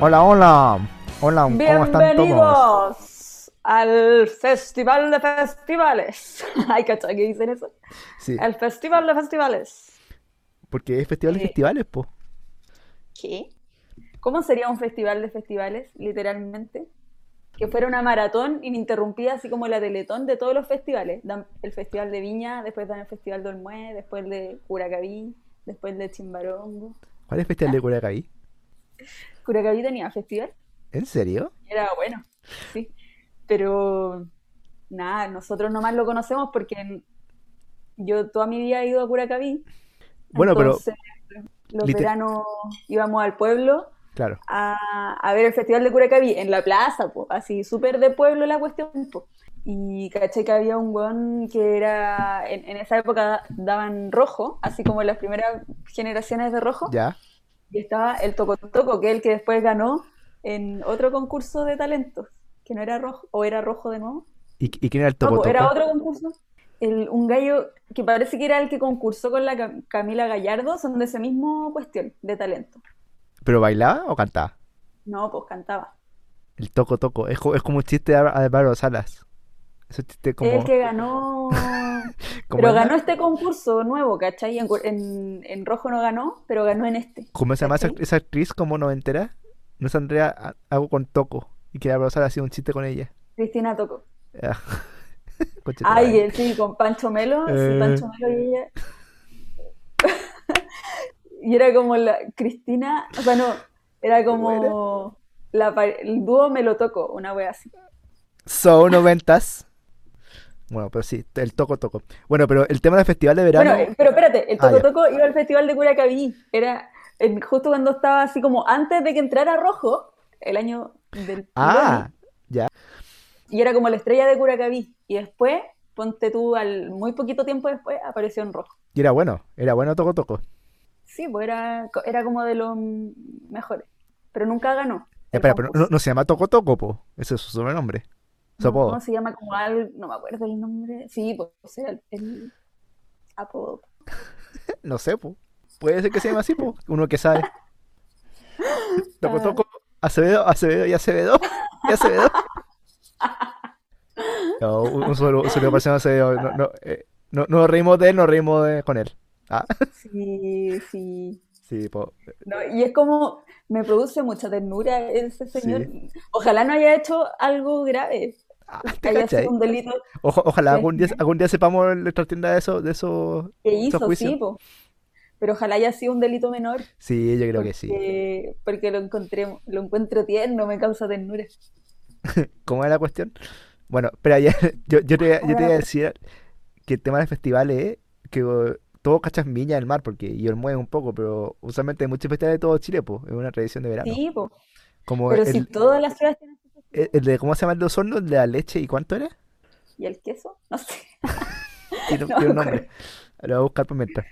Hola, hola. Hola, ¿cómo están todos? Bienvenidos al Festival de Festivales. Ay, ¿cachai que dicen eso? Sí, El Festival de Festivales. porque es festival de Eh, festivales, po. ¿Qué? ¿Cómo sería un festival de festivales, literalmente? Que fuera una maratón ininterrumpida, así como la Teletón de todos los festivales. Dan el Festival de Viña, después dan el Festival de Olmué, después el de Curacaví, después el de Chimbarongo. ¿Cuál es Ah. festival de Curacaví? Curacaví tenía festival. ¿En serio? Era bueno, sí. Pero nada, nosotros nomás lo conocemos porque en- yo toda mi vida he ido a Curacaví. Bueno, pero- entonces, los lite- veranos íbamos al pueblo Claro. a, a ver el festival de Curacaví en la plaza, po, así súper de pueblo la cuestión. po. Y caché que había un weón que era, en, en esa época daban rojo, así como las primeras generaciones de rojo. Ya. Y estaba el Toco Toco, que es el que después ganó en otro concurso de talentos, que no era rojo, o era rojo de nuevo. ¿Y, y quién era el No, topo pues, era topo? otro concurso. El, un gallo que parece que era el que concursó con la Cam- Camila Gallardo, son de ese mismo cuestión, de talento. ¿Pero bailaba o cantaba? No, pues cantaba. El toco toco. Es, co- es como un chiste de Álvaro- Álvaro Salas. Es un chiste como. El que ganó. como pero en- ganó este concurso nuevo, ¿cachai? En, cu- en- en rojo no ganó, pero ganó en este. ¿Cómo se llama esa, ¿cachai? esa actriz como noventera? No es Andrea, a- algo con toco. Y que Álvaro Salas hacía un chiste con ella. Cristina Toco. Ah. Conche tu Ay, madre. él sí, con Pancho Melo, sí, Este Eh. Pancho Melo y ella. y era como la Cristina, o sea, no, era como la pa- el dúo me lo tocó, una wea así. Son noventas. Bueno, pero sí, el toco toco. Bueno, pero el tema del festival de verano. Bueno, eh, pero espérate, el Ah, Toco ya. Toco iba al festival de Curacaví, era en- justo cuando estaba así como antes de que entrara Rojo, el año del ah, ya. y era como la estrella de Curacaví y después ponte tú al muy poquito tiempo después apareció en Rojo. Y era bueno, era bueno toco toco. Sí, pues era, era como de los mejores. Pero nunca ganó. Ya, el espera, pero no, concurso. no se llama toco toco, po. Ese es su sobrenombre. Su No, apodo. se llama como algo, no me acuerdo el nombre. Sí, pues era el, el apodo. No sé, po. Puede ser que se llame así, po. Uno que sabe. Toco Ah. toco. Acevedo, Acevedo y Acevedo. Y Acevedo. No, un, un saludo, un saludo para el señor Acevedo. No, no, eh, no, nos reímos de él, nos reímos de- con él. Ah, Sí, sí. sí, po. No, y es como, me produce mucha ternura ese señor. Ojalá no haya hecho algo grave, Ah, ¿te haya cachai? sido un delito Ojo- ojalá Sí. algún día, algún día sepamos el- nuestra tienda de eso, de eso, que esos hizo, juicios. sí, po. Pero ojalá haya sido un delito menor, Sí, yo creo que sí. porque, porque lo encontré, lo encuentro tierno, me causa ternura. ¿Cómo era la cuestión? Bueno, pero ya, yo, yo te, yo te ¿Cómo era iba a la decir que el tema del festival es que eh, todos cachas Viña del Mar, porque y mueve un poco, pero usualmente hay muchos festivales de todo Chile, pues, es una tradición de verano. Sí, po. Como Pero el, e, si todas las ciudades tienen su festival. el- el de, ¿cómo se llama el de Osorno? El de la leche, ¿y cuánto era? ¿Y el queso? No sé. Tiene, No tiene un me nombre. Lo voy a buscar por mientras.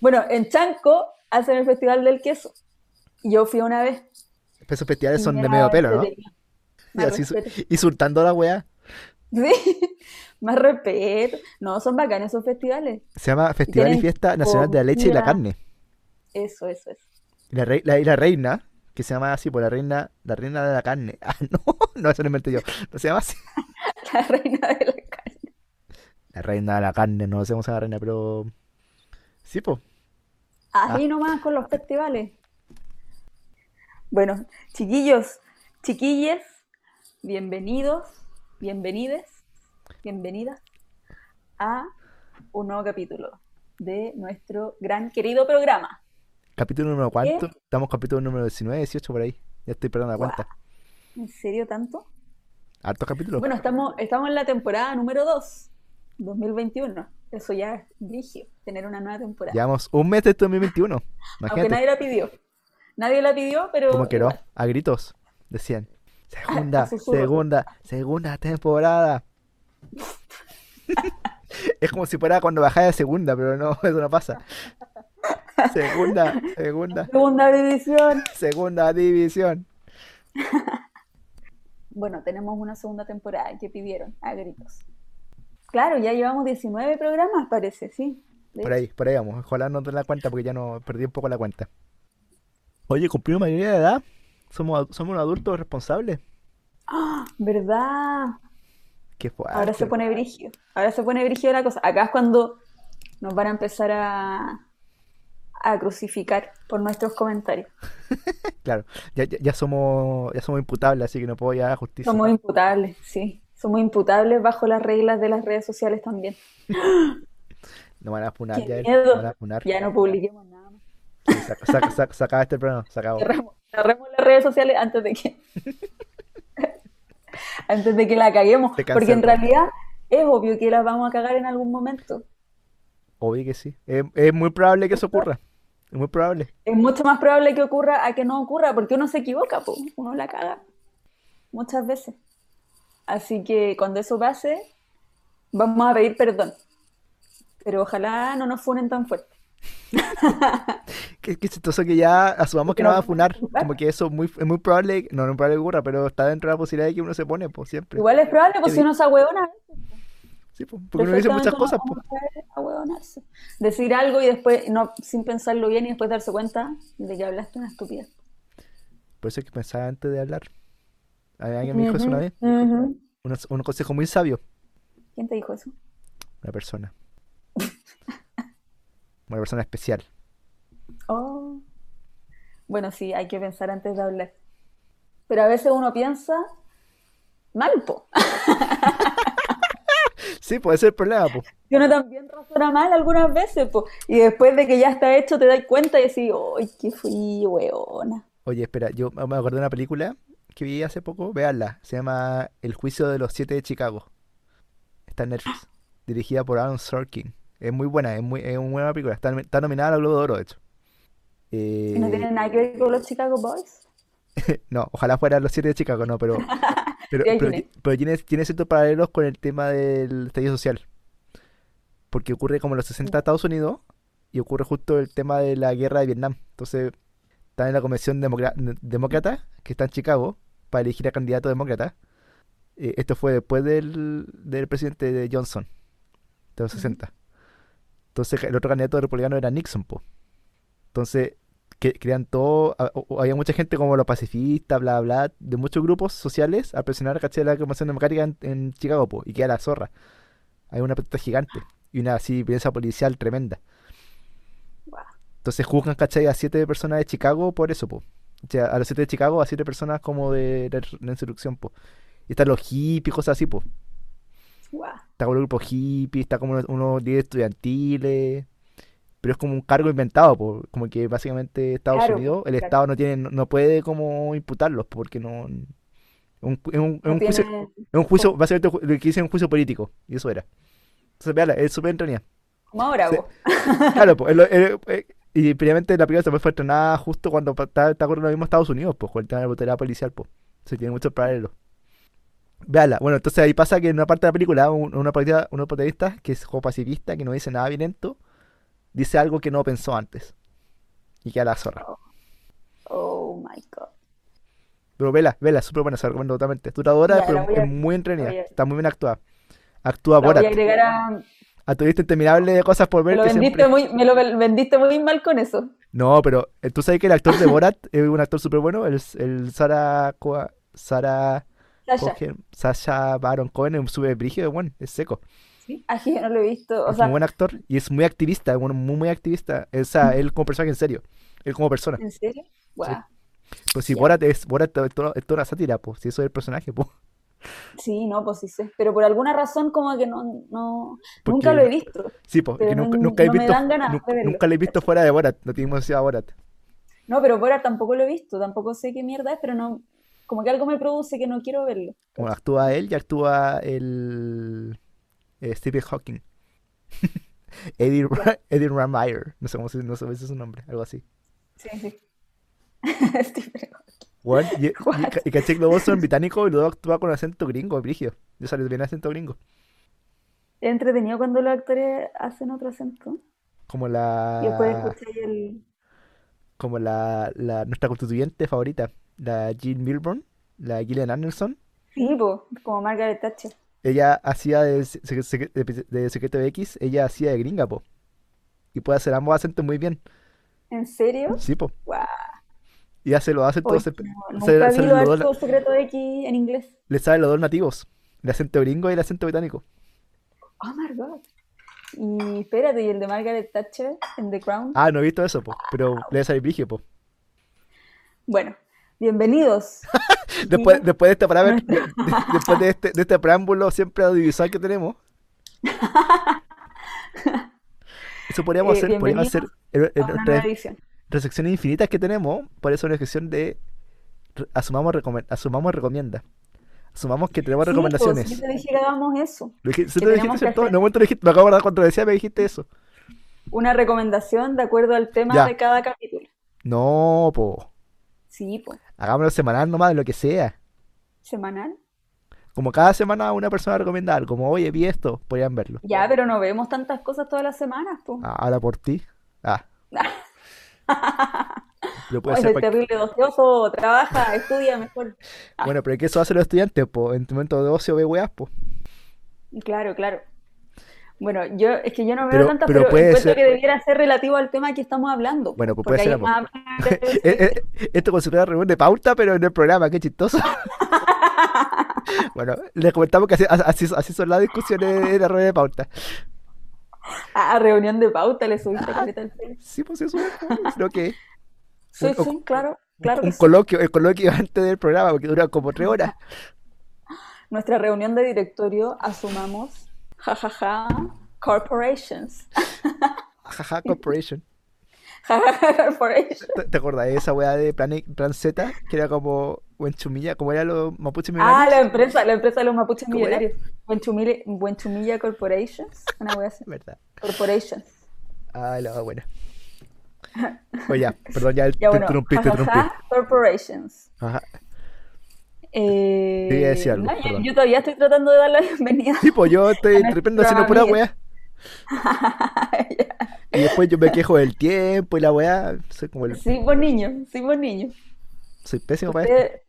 Bueno, en Chanco hacen el Festival del Queso. Y yo fui una vez. Pero Esos festivales y son de era medio pelo, ¿no? entretenido. Y Más así su- respeto. insultando a la weá. Sí, más respeto. No, son bacanes esos festivales. Se llama Festival y tienen Fiesta Nacional de la Leche y la comida. Carne. Eso, eso, eso. Y la, rei- la- y la reina, que se llama así por la reina, la reina de la carne. Ah, no, no, eso lo inventé yo. No se llama así. La reina de la calle. La reina de la carne, no sé cómo se llama la reina, pero. Sí, pues, po. Ah. Ahí nomás con los festivales. Bueno, chiquillos, chiquilles, bienvenidos, bienvenides, bienvenidas a un nuevo capítulo de nuestro gran querido programa. Capítulo número cuánto? Estamos capítulo número 19, 18 por ahí. Ya estoy perdiendo la Guau. cuenta. ¿En serio tanto? Hartos capítulos. Bueno, estamos, estamos en la temporada número 2, 2021. Eso ya es brígido, tener una nueva temporada. Llevamos un mes de este 2021. Aunque Imagínate. nadie la pidió. Nadie la pidió, pero Como que no, igual. a gritos. Decían. Segunda, a susurros. segunda, segunda temporada. es como si fuera cuando bajaba de segunda, pero no, eso no pasa. Segunda, segunda, segunda división. segunda división. Bueno, tenemos una segunda temporada que pidieron a gritos. Claro, ya llevamos 19 programas, parece, sí. De Por ahí, por ahí vamos. Ojalá no te la cuenta porque ya no perdí un poco la cuenta. Oye, cumplí mayoría de edad Somos, ad- somos unos adultos responsables. ¡Ah! ¿Verdad? Ah, Qué fuerte. Ahora se pone brigio. Ahora se pone brigio la cosa. Acá es cuando nos van a empezar a, a crucificar por nuestros comentarios. Claro, ya, ya, ya somos, ya somos imputables, así que no puedo llegar a justicia. Somos imputables, sí. Somos imputables bajo las reglas de las redes sociales también. No van a funar, ¡Qué ya, eh. miedo! no van a funar. Ya no publiquemos nada más. Sí, saca- saca- saca- se acaba este programa, se acabó. Cerramos, cerremos las redes sociales antes de que antes de que la caguemos. Te Porque en cancelan. realidad es obvio que la vamos a cagar en algún momento. Obvio que sí. Es, es muy probable que eso ocurra. Es muy probable. Es mucho más probable que ocurra a que no ocurra, porque uno se equivoca, po. uno la caga muchas veces. Así que cuando eso pase, vamos a pedir perdón. Pero ojalá no nos funen tan fuerte. Qué, qué chistoso que ya asumamos que no Pero- va a funar. Como que eso muy, es muy probable, no, no es probable que ocurra, pero está dentro de la posibilidad de que uno se pone, pues siempre. Igual es probable, pues si uno se ahueona, ¿eh? Sí, pues, porque uno dice muchas cosas, Perfectamente uno- pues. uno puede ahueonarse. Decir algo y después, no, sin pensarlo bien, y después darse cuenta de que hablaste una estupidez. Por eso hay que pensar antes de hablar. A mí Alguien me dijo eso una Ujú, vez. ujú. Un, un consejo muy sabio, ¿Quién te dijo eso? una persona. Una persona especial. Oh. Bueno, sí, hay que pensar antes de hablar. Pero a veces uno piensa mal, po. Sí, puede ser el problema, pues. Y uno también razona mal algunas veces, po. Y después de que ya está hecho, te das cuenta y decís, ¡ay, qué fui, weona! Oye, espera, yo me acordé de una película que vi hace poco, véanla, se llama El juicio de los siete de Chicago. Está en Netflix, dirigida por Aaron Sorkin. Es muy buena, es muy, es una buena película. Está, está nominada al Globo de Oro, de hecho. Y No Eh, tiene nada que ver con los Chicago Boys. no, ojalá fuera los siete de Chicago, no, pero, pero, Sí, ahí pero, tiene. pero tiene, tiene ciertos paralelos con el tema del estallido social. Porque ocurre como en los 60 de Estados Unidos y ocurre justo el tema de la guerra de Vietnam. Entonces, están en la convención democra- demócrata, que está en Chicago, para elegir a candidato demócrata. Eh, esto fue después del, del presidente de Johnson, de los Ujú. 60. Entonces, el otro candidato republicano era Nixon, po. Entonces, que crean todo, a- o- o había mucha gente como los pacifistas, bla, bla, de muchos grupos sociales a presionar ¿cachai? la Convención Democrática en, en Chicago, po, y queda la zorra. Hay una protesta gigante y una así violencia policial tremenda. Guau. Entonces juzgan, ¿cachai? A siete personas de Chicago por eso, po. O sea, a los siete de Chicago, a siete personas como de la, la insurrección, po. Y están los hippies, cosas así, po. Guau. Está como el grupo hippie, está como unos- unos líderes estudiantiles. Pero es como un cargo inventado, po, como que básicamente Estados Claro, Unidos, el claro. Estado no tiene, no, no puede como imputarlos, porque no... Es un, es un- es No un juicio, tiene- es un juicio, básicamente ju- lo que dicen es un juicio político, y eso era. Entonces, veala, es súper entretenida. Como ahora, Sí. po. Claro, pues, es lo- es- es- y previamente la película también fue estrenada justo cuando pa- está, está ocurriendo lo mismo en Estados Unidos, pues, con el tema de la brutalidad policial, pues. Se tiene muchos paralelos. Veala. Bueno, entonces ahí pasa que en una parte de la película, un- una protagonista, una protagonista que es como pacifista, que no dice nada violento, dice algo que no pensó antes. Y queda la zorra. Oh my God. Pero vela, vela, súper buena, se la recomiendo totalmente. Es duradora, Ya, la pero voy a es ver, muy la entretenida. voy a ver. Está muy bien actuada. Actúa La voy a Borat. agregar a. A tu lista interminable de cosas por Me ver lo que siempre... vendiste muy, me lo ven- vendiste muy mal con eso. No, pero eh, tú sabes que el actor de Borat es un actor súper bueno, el, el Sara, Coa- Sara Sasha. Cohen- Sasha Baron Cohen es un súper brígido, bueno, es seco, ¿Sí? Ají, yo no lo he visto. O es un sea, buen actor y es muy activista, bueno, muy, muy activista, o Mm. sea, él como personaje en serio, él como persona, ¿en serio? Guau. pues si Ya. Borat es, Borat es toda, es toda una sátira, pues, si eso es el personaje, pues, Sí, no, pues sí sé. Pero por alguna razón como que no, no, Porque- nunca lo he visto. sí, pues, Pero que nunca, no- nunca he no me visto, dan ganas de nunca, verlo, nunca le he visto fuera de Borat, no tenemos demasiado a Borat, No, pero Bora tampoco lo he visto. Tampoco sé qué mierda es, pero no, como que algo me produce que no quiero verlo. bueno, actúa él y actúa el eh, Stephen Hawking. Eddie, Ra- Eddie Ramire, no sé cómo se, no sé si es su nombre, algo así. Sí, sí. Estoy perdón. Weón, y, y, What? ca- y caché que los dos son británicos y luego actúa con acento gringo, brígido. Yo salió bien acento gringo. Es entretenido cuando los actores hacen otro acento. Como Y después la, escucháis el... como la, la nuestra constituyente favorita, la Jill Milburn, la Gillian Anderson. Sí, po, como Margaret Thatcher. Ella hacía de, se- se- se- de, de Secreto de X, ella hacía de gringa, po. Y puede hacer ambos acentos muy bien. ¿En serio? Sí, po. Guau. Y hace, lo hace todo. Oye, se- no, se- nunca se vi le los dudó la- archivos secretos X en inglés. le saben los dos nativos: el acento gringo y el acento británico. Oh my god. Y espérate, ¿y el de Margaret Thatcher en The Crown? Ah, no he visto eso, po, pero le debe salir brígido, po. Bueno, bienvenidos. Después, Y- después de este parámetro- de- después de este, de este preámbulo siempre audiovisual que tenemos. Eso podríamos Eh, hacer, podríamos hacer bienvenidos en, en a una nuestras nueva edición. resecciones infinitas que tenemos, por eso una sección de re- asumamos, recomen- asumamos recomienda. Asumamos que tenemos Sí, recomendaciones. pues, yo te dije que hagamos eso. Lo dije- que sí te lo dijiste, tenemos que ¿cierto? En hacer- un momento lo dijiste, me acabo de acordar cuando lo decía, me dijiste eso. Una recomendación de acuerdo al tema Ya. de cada capítulo. No, po. Sí, pues. Hagámoslo semanal nomás, lo que sea. Semanal. Como cada semana una persona recomienda algo, como oye, vi esto, podrían verlo. Ya, pero no vemos tantas cosas todas las semanas, pues. Ah, Ahora por ti. Ah. Lo puede Ay, hacer soy cualquier- terrible ocioso, trabaja, estudia mejor. Ah, Bueno, pero ¿qué eso hacen los estudiantes, po? En tu momento de ocio ve weas, po. claro, claro. Bueno, yo es que yo no veo Pero- tantas, pero pero, puede encuentro ser- que debiera ser relativo al tema que estamos hablando. Bueno, pues puede porque ser ahí ambos. más Eh, eh, eh, esto con su primera reunión de pauta, pero en el programa, qué chistoso. Bueno, les comentamos que así, así, así son las discusiones de la reunión de pauta. a, a reunión de pauta le subiste caleta el pelo. Sí, pues eso es, pues, lo que Sí, o- sí, claro, claro un que sí. coloquio, el coloquio antes del programa, porque dura como tres horas. Nuestra reunión de directorio asumamos, jajaja, corporations. Jaja, Corporation. Jajaja, corporations. ¿Te, te acordás de esa weá de Plan, Plan Z? Que era como Wenchumilla, como era los mapuches Ah, millonarios. la empresa, la empresa de los mapuches ¿Cómo era? millonarios. Buenchumile- Buenchumilla Corporations, una wea así. ¿Verdad? Corporations. Ay, la buena. Oye, ya, perdón, ya te Ya bueno, interrumpí, te interrumpí. jajaja, corporations. Ajá. Eh, Te iba a decir algo, no, yo- perdón. yo, todavía estoy tratando de dar la bienvenida. Tipo, pues, yo estoy nuestro interrumpiendo haciendo pura amigo. weá. Y después yo me quejo del tiempo y la weá. Soy como el. sí, por niño, sí, por niño. Soy pésimo para esto. Usted-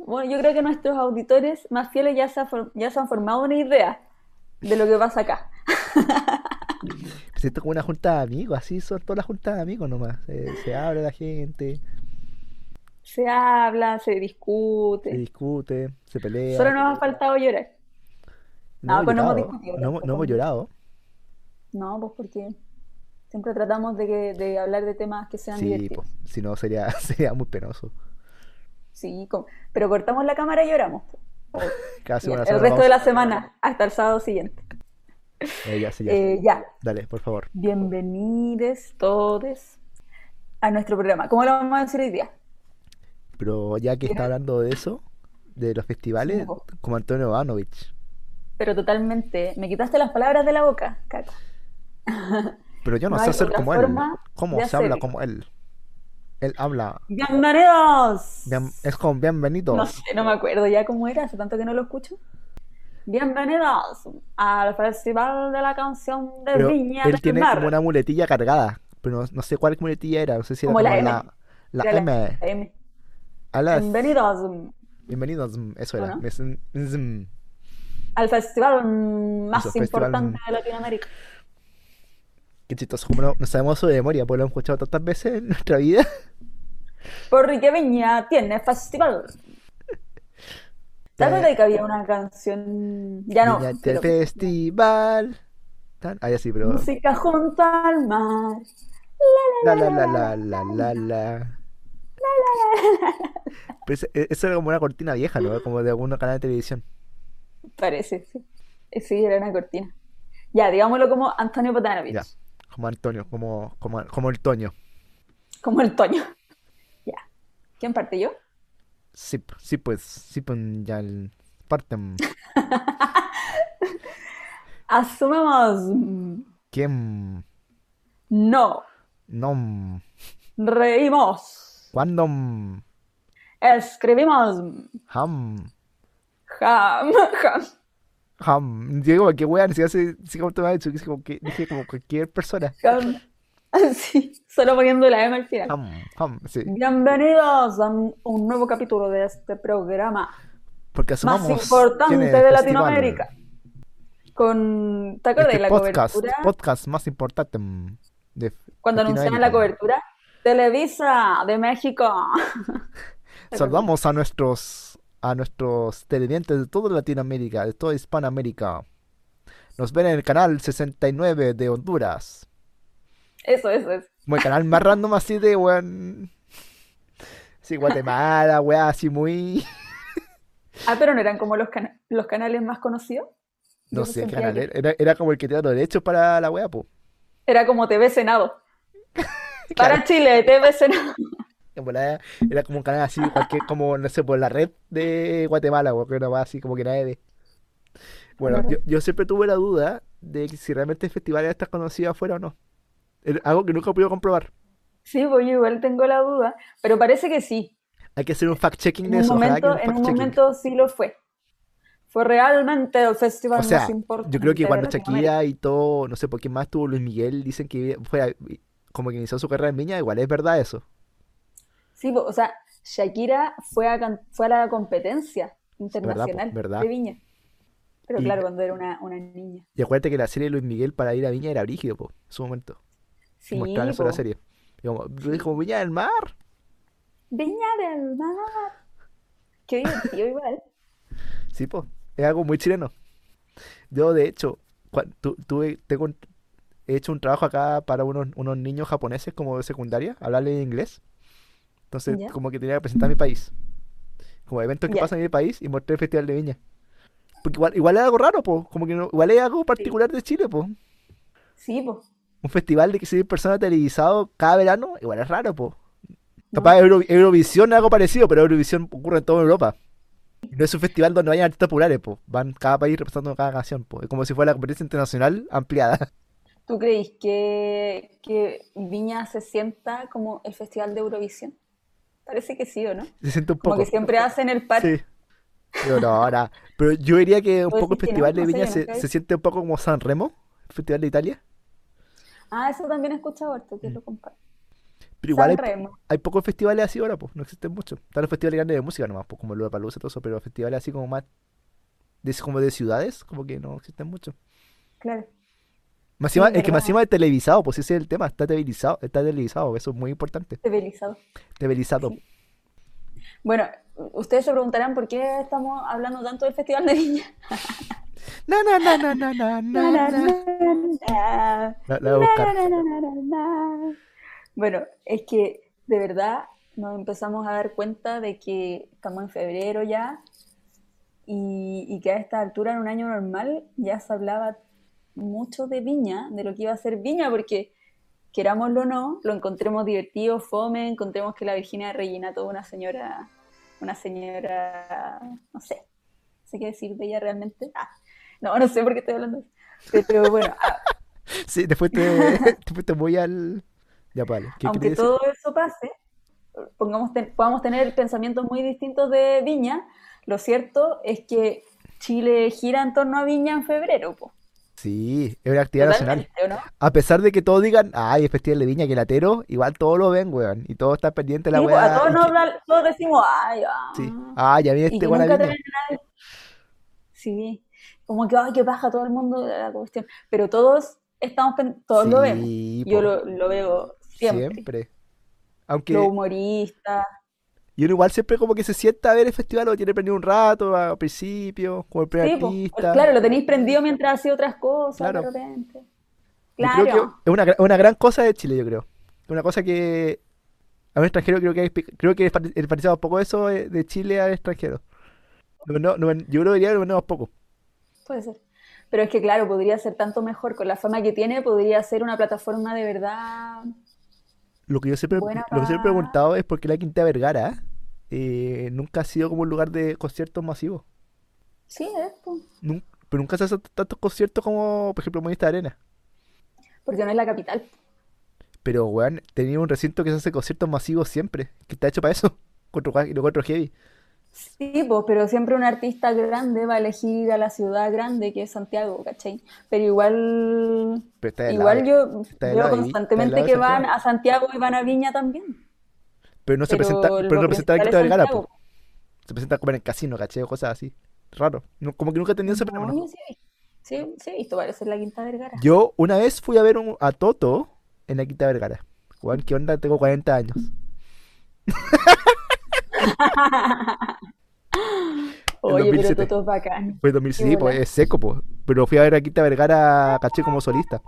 bueno, yo creo que nuestros auditores más fieles ya se, ha for- ya se han formado una idea de lo que pasa acá. Me siento como una junta de amigos, así son todas las juntas de amigos nomás. Se, se habla la gente, Se habla, se se discute. discute, se pelea. Solo nos ha faltado llorar. No Ah, pues no hemos llorado, discutido No, hemos- no tampoco. hemos llorado. No, pues porque siempre tratamos de, que- de hablar de temas que sean Sí, divertidos. pues, si no sería, sería muy penoso. Sí, com- pero cortamos la cámara y lloramos. Casi Ya, una el resto de la semana, hasta el sábado siguiente. ya, sí, ya. Eh, ya, Dale, por favor. bienvenidos todos a nuestro programa. ¿Cómo lo vamos a decir hoy día? Pero ya que está hablando de eso, de los festivales, Sí, po. como Antonio Ivanovich. Pero totalmente, me quitaste las palabras de la boca, Caco. Pero yo no, No sé hay hacer otra como él. forma ¿Cómo de se habla hacerlo. como él? Él habla. ¡Bienvenidos! bien- es con No bienvenidos. sé, no me acuerdo ya cómo era, hace tanto que no lo escucho. Bienvenidos al Festival de la Canción de Pero Viña él del tiene Mar. como una muletilla cargada. Pero no, no sé cuál muletilla era. No sé si era Como la M. la, la Era la M. M. Alas. Bienvenidos Bienvenidos. mm, Eso ¿O era. no? Me- mm, mm. al festival más Eso, festival- importante de Latinoamérica. Qué chistoso. Como no, no sabemos eso de memoria, porque lo hemos escuchado tantas veces en nuestra vida. Porque Viña tiene festival. ¿Te Ya, acuerdas que había una canción? Ya no. Viña del pero- festival. Tan- Ah, ya sí, pero. Música junto al mar. La la la la la la la. Pero ese- e- eso era como una cortina vieja, ¿no? Como de algún canal de televisión. Parece, sí. Eh, Sí, era una cortina. Ya, digámoslo como Antonio Potanovich, Ya. Como Antonio, como, como, como el Toño. como el Toño. Ya. ¿Quién parte yo? Sí, p- sí, pues. Sí, pues ya el. Parten. Asumamos. mm, ¿Quién? No. No. Reímos. ¿Cuándo? Mm, Escribimos. mm, Ham. Jam, jam. Ham. Digo, qué wea, ni siquiera sé ni siquiera cómo te va a decir, es como que dije como cualquier persona. Con- Sí, solo poniendo la M al final. Ham, ham, sí. Bienvenidos a un un nuevo capítulo de este programa Porque más asumamos. importante tiene de festival. Latinoamérica. Con, ¿te acuerdas de Este la podcast, cobertura? podcast más importante mm, de Cuando anunciaban la Latinoamérica. cobertura, Televisa de México. Saludamos a nuestros a nuestros televidentes de toda Latinoamérica, de toda Hispanoamérica. Nos ven en el canal 69 de Honduras. Eso, eso es. Como el canal más random así de weón. Sí, Guatemala, weá, así muy. Ah, pero no eran como los, cana- los canales más conocidos. No Yo sé, qué sentía canal que era. Era- era como el que te da los derechos para la weá, po. Era como TV Senado. Claro. Para Chile, TV Senado. En volada, Era como un canal así, cualquier, como, no sé, por la red de Guatemala, o que una weá así como que nadie ve. Bueno, Claro. yo, yo siempre tuve la duda de que si realmente el festival era tan conocido afuera o no. Era Algo que nunca he podido comprobar. Sí, pues yo igual tengo la duda, pero parece que sí. Hay que hacer un fact-checking En de un eso. ojalá que momento, un en un fact-checking. momento sí lo fue. Fue realmente el festival O sea, más importante. Yo creo que de cuando Latinoamérica. Shakira y todo, no sé por qué más tuvo Luis Miguel, dicen que fue como que inició su carrera en Viña, igual es verdad eso. Sí, pues, o sea, Shakira fue a, can- fue a la competencia internacional pues, verdad. de Viña. Pero Y- claro, cuando era una, una niña. Y acuérdate que la serie de Luis Miguel para ir a Viña era brígido, po, en su momento. Sí, pues. Mostraron eso en la po. serie. Y como, Luis, como Viña del Mar. Viña del Mar. Qué divertido igual. Sí, po. Es algo muy chileno. Yo, de hecho, cua- tu- tuve, tengo un- he hecho un trabajo acá para unos, unos niños japoneses como de secundaria, hablarle inglés. Entonces, Ya. como que tenía que presentar mi país. Como eventos que Ya. pasan en mi país y mostré el Festival de Viña. Porque igual, igual es algo raro, po. Como que no- igual es algo particular de Chile, po. Sí, pues. Un festival de que 100 personas televisado cada verano, igual es raro, po. No. Capaz Euro- Eurovisión es algo parecido, pero Eurovisión ocurre en toda Europa. No es un festival donde vayan artistas populares, po. Van cada país representando cada canción, po. Es como si fuera la competencia internacional ampliada. ¿Tú creís que, que Viña se sienta como el Festival de Eurovisión? Parece que sí, ¿o no? Se siente un Como poco. que siempre hacen el par. Sí. Pero no, ahora. Pero yo diría que un ¿Tú poco el decís que no? festival de No sé, Viña yo se, nunca he se visto. siente un poco como San Remo, el festival de Italia. Ah, eso también he escuchado harto, que lo compa- Pero Mm. igual hay, San Remo. hay pocos festivales así ahora, pues. No existen muchos. Están los festivales grandes de música nomás, pues, como el Lollapalooza y todo eso, pero festivales así como más de, como de ciudades, como que no existen muchos. Claro. Más Sí, encima- es es que más verdad. encima es televisado, pues ese es el tema, está televisado, está televisado, eso es muy importante. Civilizado. Televisado. Bueno, ustedes se preguntarán por qué estamos hablando tanto del Festival de Viña. Na na na na na na na Na, na. na, na, La- la voy a buscar. na, na, na, na, na. Bueno, es que de verdad nos empezamos a dar cuenta de que estamos en febrero ya y, y que a esta altura en un año normal ya se hablaba mucho de Viña, de lo que iba a ser Viña, porque querámoslo o no, lo encontremos divertido, fome, encontremos que la Virginia Regina toda una señora, una señora, no sé, no sé qué decir de ella realmente. Ah, no, no sé por qué estoy hablando. Pero bueno, a- Sí, después te, te fuiste muy al. Ya, vale. ¿Qué aunque querías decir? todo eso pase, pongamos ten- podamos tener pensamientos muy distintos de Viña, lo cierto es que Chile gira en torno a Viña en febrero, po. Sí, es una actividad nacional. Totalmente, ¿o no? A pesar de que todos digan, ay, es festival de viña, que latero, igual todos lo ven, weón. Y todos están pendientes de la Sí, po, weá. a todos, y nos que- hablan- todos decimos, ay, ah, Sí. Ah, ya viene y este que weón a nunca viña. traen a nadie. Sí, como que, ay, que baja todo el mundo de la cuestión. Pero todos estamos, pen- todos lo vemos. Sí, Yo po, lo, lo veo siempre. siempre. Aunque Los humoristas, y uno igual siempre como que se sienta a ver el festival, lo tiene prendido un rato, al principio, como el primer Sí, po. pues, artista. claro, lo tenéis prendido mientras hacía otras cosas Claro. de repente. Yo creo que Claro, es una, gra- una gran cosa de Chile, yo creo. Una cosa que a un extranjero creo que hay- creo que enfati- enfatizamos un poco eso eh, de Chile al extranjero. No, no, no, yo creo que diría que lo menos poco. puede ser. Pero es que, claro, podría ser tanto mejor. Con la fama que tiene, podría ser una plataforma de verdad. Lo que yo siempre, Buena lo que siempre he pa- preguntado es por qué la Quinta Vergara eh, nunca ha sido como un lugar de conciertos masivos. Sí, es, po. Nun- pero nunca se hacen tantos conciertos como, por ejemplo, Movistar Arena. porque no es la capital. Pero, weón, tenía un recinto que se hace conciertos masivos siempre, que está hecho para eso. Cuatro, y lo cuatro heavy. Sí, po, pero siempre un artista grande va a elegir a la ciudad grande que es Santiago, ¿cachai? Pero igual, Pero está de lado. igual yo está del veo lado de Vi- constantemente está del lado de que van Santiago. a Santiago y van a Viña también. Pero no se Pero presenta, pero lo no presenta la Quinta principal es Vergara, po. Santiago. se presenta a comer en casino, ¿cachai? O Cosas así. Raro. No- como que nunca he tenido ese No, fenómeno. yo sí, he visto- sí, sí he visto parecer la Quinta Vergara. Yo una vez fui a ver un- a Toto en la Quinta Vergara. Juan, ¿qué onda? Tengo 40 años. Oye, pero 2007. Toto es bacán. Fue 2007, Qué pues, bola. es seco, pues. Pero fui a ver a Quita Vergara, caché como solista.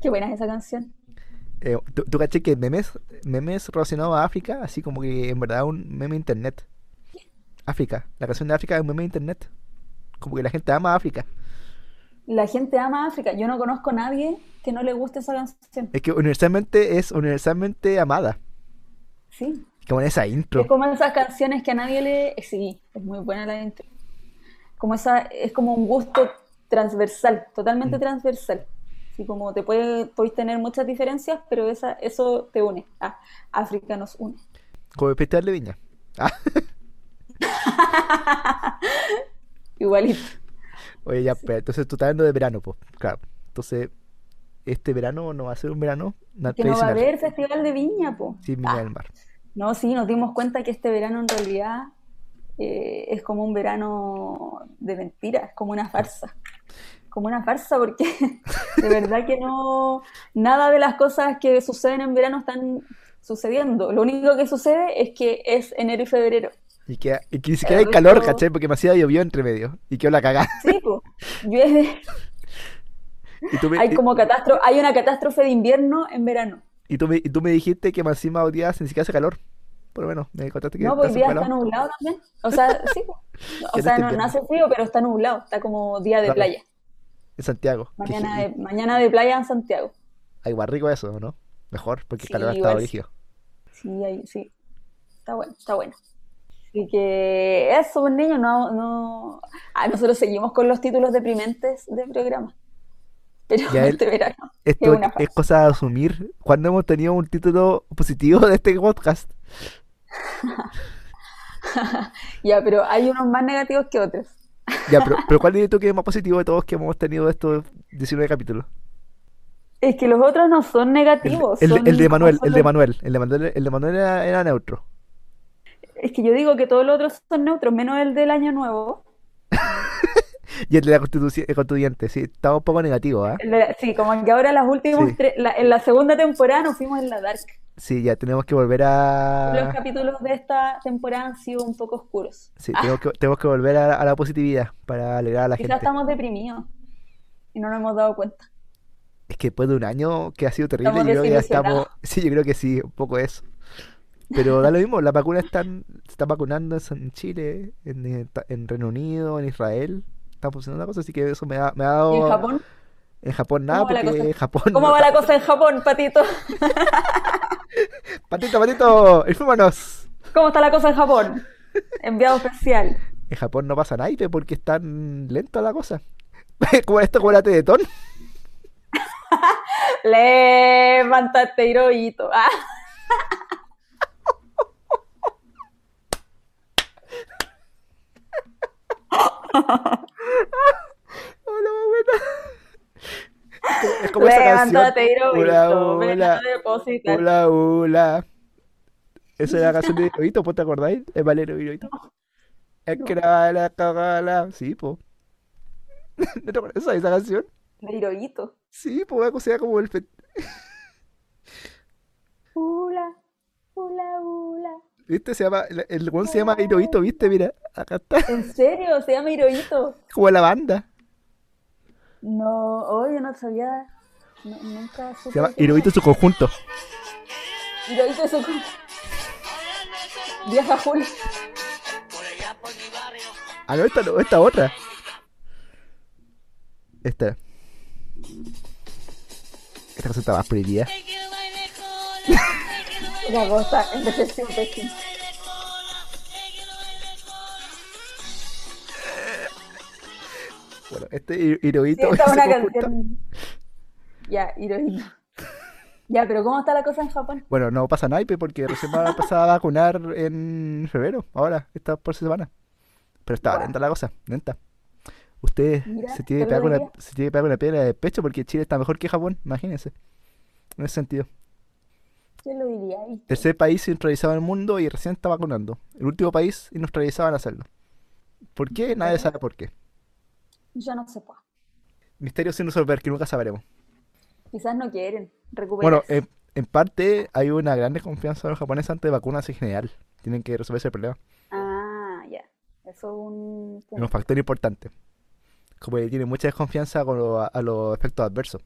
Qué buena es esa canción. Eh, ¿tú, tú caché que memes, memes relacionados a África, así como que en verdad un meme de internet. África, la canción de África es un meme de internet. Como que la gente ama a África. La gente ama a África. Yo no conozco a nadie que no le guste esa canción. Es que universalmente es universalmente amada. Sí. Como en esa intro. Es como esas canciones que a nadie le... Sí, es muy buena la intro. Como esa, es como un gusto transversal, totalmente Mm. transversal. Así como te puede, podéis tener muchas diferencias, pero esa, eso te une. Ah, África nos une. Como el Festival de Viña. Ah, Igualito. oye, ya, pero entonces tú estás hablando de verano, pues. Claro. Entonces, este verano no va a ser un verano na- Que no va a tradicional. haber festival de viña, po. Sí, Viña Ah, del Mar. no, sí, nos dimos cuenta que este verano en realidad eh, es como un verano de mentiras, es como una farsa. Como una farsa porque de verdad que no, nada de las cosas que suceden en verano están sucediendo. Lo único que sucede es que es enero y febrero. Y que, y que ni El siquiera hay calor, resto- ¿cachai? Porque me hacía llovió entre medio. Y quedó la cagada. Sí, po. Llueve, Y tú me, hay y- como catástrofe, hay una catástrofe de invierno en verano. y tú me, y tú me dijiste que más encima odiabas ni siquiera hace calor. Por lo menos, me contaste que No, pues hoy estás día está empalado. nublado también. O sea, sí. po. Que no O sea, esté no, no bien. hace frío, pero está nublado. Está como día de Claro. playa. en Santiago. que- Mañana de, mañana de playa en Santiago. Ay, igual rico eso, ¿no? Mejor, porque el Sí, calor ha igual estado sí. rígido. Sí, ahí, sí. Está bueno, está bueno. Así que eso, pues niños, no, no... Ah, nosotros seguimos con los títulos deprimentes de programa. Pero Ya el- este verano es Esto una es farsa. cosa de asumir. ¿Cuándo hemos tenido un título positivo de este podcast? Ya, pero hay unos más negativos que otros. Ya, pero, pero ¿cuál dirías tú que es más positivo de todos que hemos tenido de estos 19 capítulos? Es que los otros no son El, negativos. el- son el de como Manuel, el de solo- Manuel. El de Manuel, el de Manuel era, era neutro. Es que yo digo que todos los otros son neutros, menos el del Año Nuevo. Y el de la constituci- el constituyente, sí, estaba un poco negativo, ¿ah? El de- Sí, como que ahora las últimas Sí. tres, la- en la segunda temporada nos fuimos en la dark. Sí, ya tenemos que volver Los a. capítulos de esta temporada han sido un poco oscuros. Sí, tenemos que, tenemos que volver a, a la positividad para alegrar a la Quizás gente. estamos deprimidos y no nos hemos dado cuenta. Es que después de un año que ha sido terrible, Estamos yo creo que ya estamos. desilusionados. Sí, yo creo que sí, un poco eso. Pero da lo mismo, las vacunas están, se están vacunando en San- en Chile, en, eh, ta- en Reino Unido, en Israel. Están funcionando las cosas, así que eso me ha, me ha ¿Y en dado. Japón? En Japón nada, ¿Cómo va la porque cosa? en Japón. ¿Cómo no- va la cosa en Japón, Patito? ¡Patito, patito! ¡Infórmanos! ¿Cómo está la cosa en Japón? Enviado especial. En Japón no pasa naipe porque es tan lenta la cosa. como esto, como la Teletón. Levántate, Hirohito. Ah, Hola, buena. Es como esa canción. levántate, Hirohito. Hola, Ven hola. a depositar. Hola, hola. Esa era la canción de Hirohito, ¿pues te acordáis? Es Valero Hirohito. Es que la la cagala. Sí, po. ¿No te acuerdas de esa canción? De Hirohito. Sí, po, una cosa como el. fe- Hula, hula, hula. ¿Viste? Se llama, el, el weón se llama Hirohito, ¿viste? Mira, acá está. ¿En serio? ¿Se llama Hirohito? Como la banda. No, oh, yo no sabía. No- nunca supe. Se llama que- Hirohito en su conjunto. Hirohito es un. Viaja Julio. Ah, no, esta, no, esta otra. Esta. Esta canción está más prohibida. La cosa envejeció pésimo. Bueno, este Hi- Hirohito. esta es en su una conjunto- canción. Ya, Hirohito. Ya, pero ¿cómo está la cosa en Japón? Bueno, no pasa naipe porque recién van a empezar a vacunar en febrero, ahora, esta por semana. Pero está Guau. lenta la cosa, lenta. Usted Mira, se tiene, que te pegar lo con la, diría. se tiene que pegar con la piedra de pecho porque Chile está mejor que Japón, imagínense. En ese sentido. Yo lo diría ahí. Tercer país industrializado del mundo y recién está vacunando. El último país industrializado en hacerlo. ¿Por qué? Nadie sabe por qué. Ya no pues. se puede. Misterio sin resolver que nunca sabremos. Quizás no quieren Bueno, eh, recuperar. en, en parte hay una gran desconfianza de los japoneses ante vacunas en general. Tienen que resolver ese problema. Ah, ya. Eso es un Es un punto. factor importante. Como que tienen mucha desconfianza con lo- a los efectos adversos.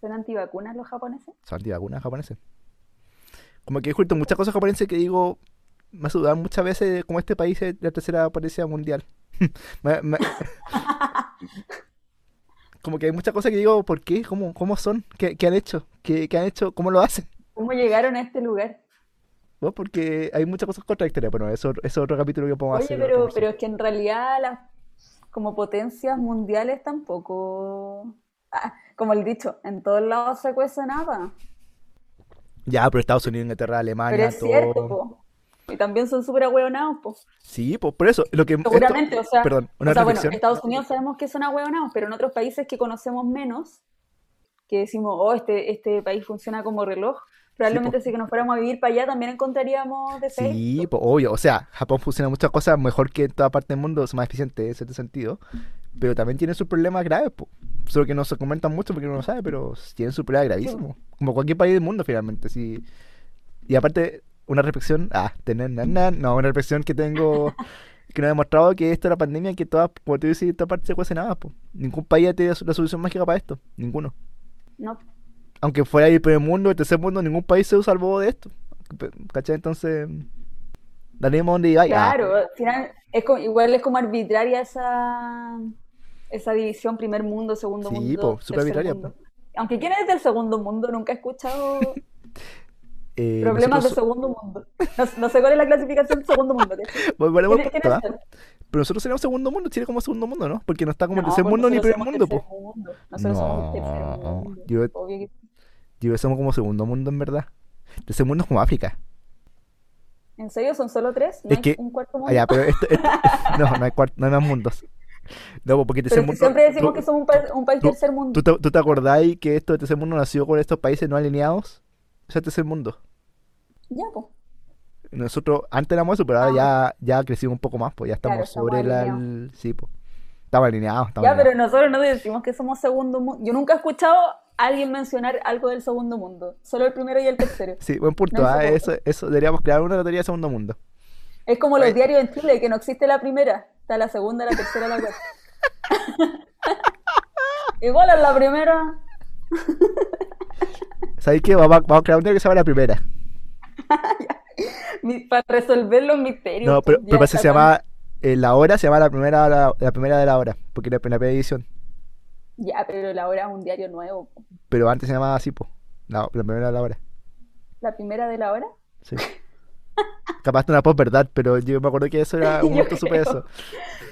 ¿Son antivacunas los japoneses? Son antivacunas japoneses. Como que he escuchado muchas cosas japoneses que digo, me hace dudar muchas veces de cómo este país es la tercera potencia mundial. Me- me- Como que hay muchas cosas que digo, ¿por qué? ¿Cómo, cómo son? ¿Qué, qué han hecho? ¿Qué, qué han hecho? ¿Cómo lo hacen? ¿Cómo llegaron a este lugar? ¿No? Porque hay muchas cosas contradictorias. Bueno, eso eso es otro capítulo que podemos Oye, hacer. pero, otro pero es que en realidad las como potencias mundiales tampoco... Ah, como el dicho, en todos lados se cuece nada. Ya, pero Estados Unidos, Inglaterra, Pero Alemania, es cierto, todo. po. Y también son súper ahueonados, po. Sí, pues por eso. Lo que, esto- Seguramente, o sea, perdón, o una sea, bueno, reflexión. Estados Unidos sabemos que son ahueonados, pero en otros países que conocemos menos, que decimos, oh, este, este país funciona como reloj, probablemente si que nos fuéramos a vivir para allá también encontraríamos defectos. Sí, pues obvio. O sea, Japón funciona muchas cosas mejor que en toda parte del mundo, es más eficiente en cierto sentido. Pero también tiene sus problemas graves, po. Solo que no se comentan mucho porque uno no sabe, pero tienen sus problemas gravísimos. Como cualquier país del mundo, finalmente. Sí. Y aparte, una reflexión. Ah, tener. na- na- no, una reflexión que tengo. que nos ha demostrado que esto de la pandemia, que toda, como tú dices, toda parte se cuece nada, po. Ningún país ha tenido la solución mágica para esto. Ninguno. No, Aunque fuera el primer mundo, el tercer mundo, ningún país se salvó de esto. ¿Cachai? Entonces. Daremos donde iba. Claro, al final es co- igual es como arbitraria esa, esa división primer mundo, segundo Sí, mundo, po, tercer súper arbitraria, mundo. Aunque quién es del segundo mundo, nunca he escuchado Eh, problemas de nosotros, segundo mundo. No, no sé cuál es la clasificación de segundo mundo. ¿qué? volveremos al ¿Quiénes- punto, quiénes ¿ah? son? Pero nosotros seríamos segundo mundo, Chile como segundo mundo, ¿no? Porque no está como No, el tercer pues mundo ni nosotros primer somos mundo, tercer po. mundo. Nosotros somos tercer No, mundo. yo- Obvio que- Yo creo que somos como segundo mundo en verdad. Tercer mundo es como África. ¿En serio son solo tres? ¿No Es hay que- un cuarto mundo? Allá, Ah, pero esto, esto- no, no hay, cuart- no hay más mundos. No, po, porque Pero tercer es que mundo. siempre decimos tú- que somos un, pa- un país tú- tercer mundo. ¿tú, te, tú te acordáis que esto de tercer mundo nació con estos países no alineados? O sea, tercer mundo. Ya, pues. Nosotros antes éramos eso, pero ahora ya, ya crecimos un poco más, pues ya estamos Ah. Claro, estamos sobre la. alineados. el- Sí, pues. Estamos alineados, estamos Ya, pero alineados. nosotros no decimos que somos segundo mundo. Yo nunca he escuchado a alguien mencionar algo del segundo mundo. Solo el primero y el tercero. Sí, buen punto. No ah, somos- Eso, eso deberíamos crear una categoría de segundo mundo. Es como los Oye. diarios en Chile, que no existe la primera. Está la segunda, la tercera, la cuarta. Igual es la primera. ¿Sabéis qué? Vamos a, vamos a crear un día que se llama la primera. mi- Para resolver los misterios. No, pero, pues, pero ya parece que se está con- llama eh, la hora, se llama la primera hora, la primera de la hora, porque era la primera edición. Ya, pero la hora es un diario nuevo. po. Pero antes se llamaba así, po. La, la primera de la hora. ¿La primera de la hora? Sí. Capaz de una post verdad, pero yo me acuerdo que eso era un Yo gusto supe creo. eso.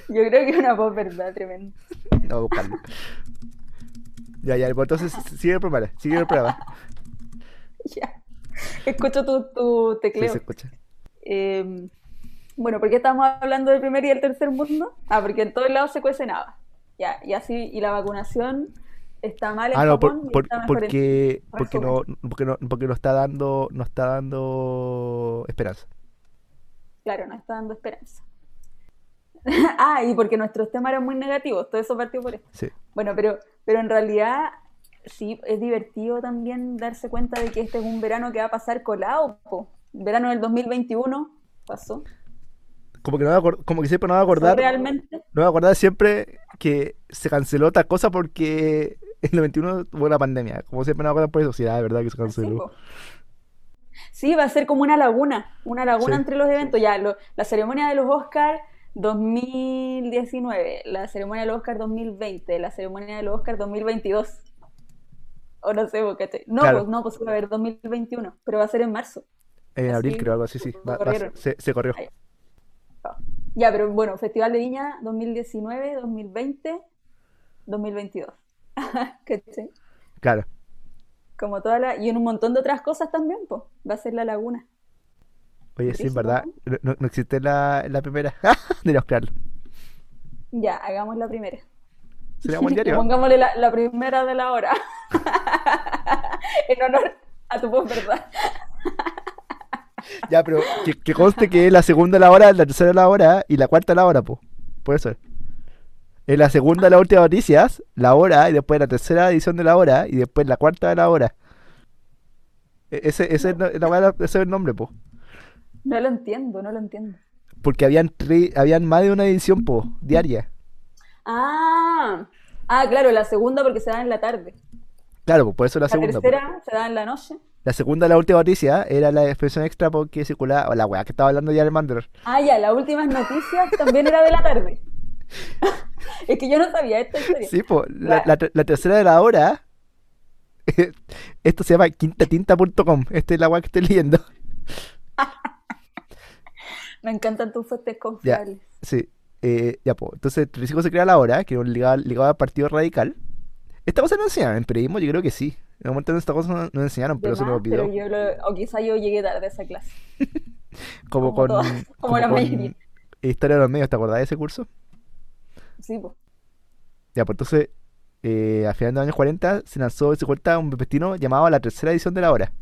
Yo creo que es una voz verdad tremenda. No, buscarlo. Ya, ya, pues entonces sigue el programa, sigue el programa. Ya. Escucho tu, tu Sí, tecleo. se escucha. Eh, bueno, ¿por qué estamos hablando del primer y el tercer mundo? Ah, porque en todos lados se cuece nada. Ya, y así, y la vacunación está mal en Ah, no, por- Japón y por- está mejor en- porque, porque no, Resumen. porque no, porque no está dando, no está dando esperanza. Claro, no está dando esperanza. Ah, y porque nuestros temas eran muy negativos, todo eso partió por esto. Sí. Bueno, pero, pero en realidad sí es divertido también darse cuenta de que este es un verano que va a pasar colado, po. Verano del 2021 pasó. Como que no me acor- como que siempre no me voy a acordar. Realmente, No me acordaba siempre que se canceló tal cosa porque en el 21 hubo la pandemia. Como siempre no me acuerdo por eso. Sí, ah, es verdad que se sí, canceló. po. Sí, va a ser como una laguna, una laguna Sí. entre los eventos. Ya, lo- la ceremonia de los Oscars 2019, la ceremonia de los Oscars 2020, la ceremonia de los Oscars 2022. O no sé, po, ¿cachai? No, Claro. pues no, pues va a haber 2021, pero va a ser en marzo. en abril, así creo, algo así, sí. Va- va- Ah, corrieron. se, se corrió. Ay. Ya, pero bueno, Festival de Viña 2019, 2020, 2022. ¿Cachai? Claro. Como toda la... Y en un montón de otras cosas también, pues. Va a ser la laguna. Oye, sí, en Brígido, verdad. No, no- no existe la, la primera. Deberíamos crearlo. Ya, hagamos la primera. Sería buen diario. Pongámosle la, la primera de la hora. en honor a tu voz, ¿verdad? Ya, pero que, que conste que es la segunda a la hora, la tercera a la hora y la cuarta a la hora, po. Por eso. En la segunda, la última noticias, la hora, y después la tercera edición de la hora, y después la cuarta de la hora. E- Ese, ese, es no- la weá- ese es el nombre, po. No lo entiendo, no lo entiendo. Porque habían, tre- habían más de una edición, po, diaria. Ah, ah, claro, la segunda porque se da en la tarde. Claro, po, por eso la La segunda. po. tercera se da en la noche. La segunda, la última noticia, era la expresión extra porque circulaba, o la weá que estaba hablando ya el Mandler. Ah, ya, las últimas noticias también era de la tarde. Es que yo no sabía esta historia. Sí, po, la, Claro. la ter- la tercera de la hora. Esto se llama quintatinta.com. Esta es la weá que estoy leyendo. Me encantan tus fuentes Ya, confiables. sí. eh, ya, pues. Entonces, 35 se crea la hora, que era un ligado, ligado al Partido Radical. ¿Esta cosa no enseñaban en periodismo? Yo creo que sí. En un momento esta cosa no, no enseñaron, pero De se nos más, pero olvidó. yo lo- o quizá yo llegué tarde a esa clase. Como como con. todas, como la mayoría. Historia de los medios, ¿te acordás de ese curso? Sí, pues. Ya, pues entonces, eh, a final de los años 40 se lanzó ese cuenta un pepestino llamado La Tercera Edición de la Hora.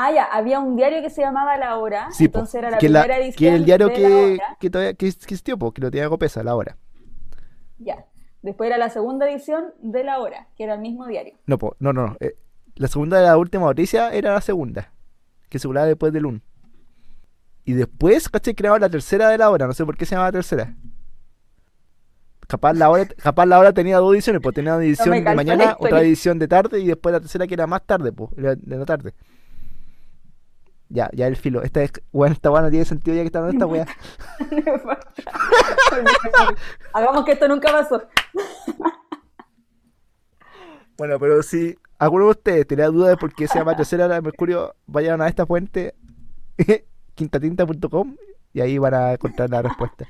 Ah, ya, había un diario que se llamaba La Hora, Sí, po, Ah, entonces era la que, la- primera que edición el diario de La que, Hora. que todavía que existió, pues, que lo tenía Copesa, La Hora. Ya. Después era la segunda edición de La Hora, que era el mismo diario. No, po, no, no. no, eh, la segunda de la última noticia era la segunda. Que circulaba después del 1. Y después, ¿cachai? Creaba la tercera de la hora. No sé por qué se llamaba tercera. Capaz la hora, capaz la hora tenía dos ediciones, pues tenía una edición de calza la mañana, otra historia. edición de tarde y después la tercera que era más tarde, pues, era de la tarde. Ya, ya el filo. Esta es, bueno, esta weá no tiene sentido ya que está dando esta weá. Hagamos que esto nunca pasó. Bueno, pero si alguno de ustedes tenía dudas de por qué se llama Tercera Hora de Mercurio, vayan a esta fuente, quintatinta.com, y ahí van a encontrar la respuesta.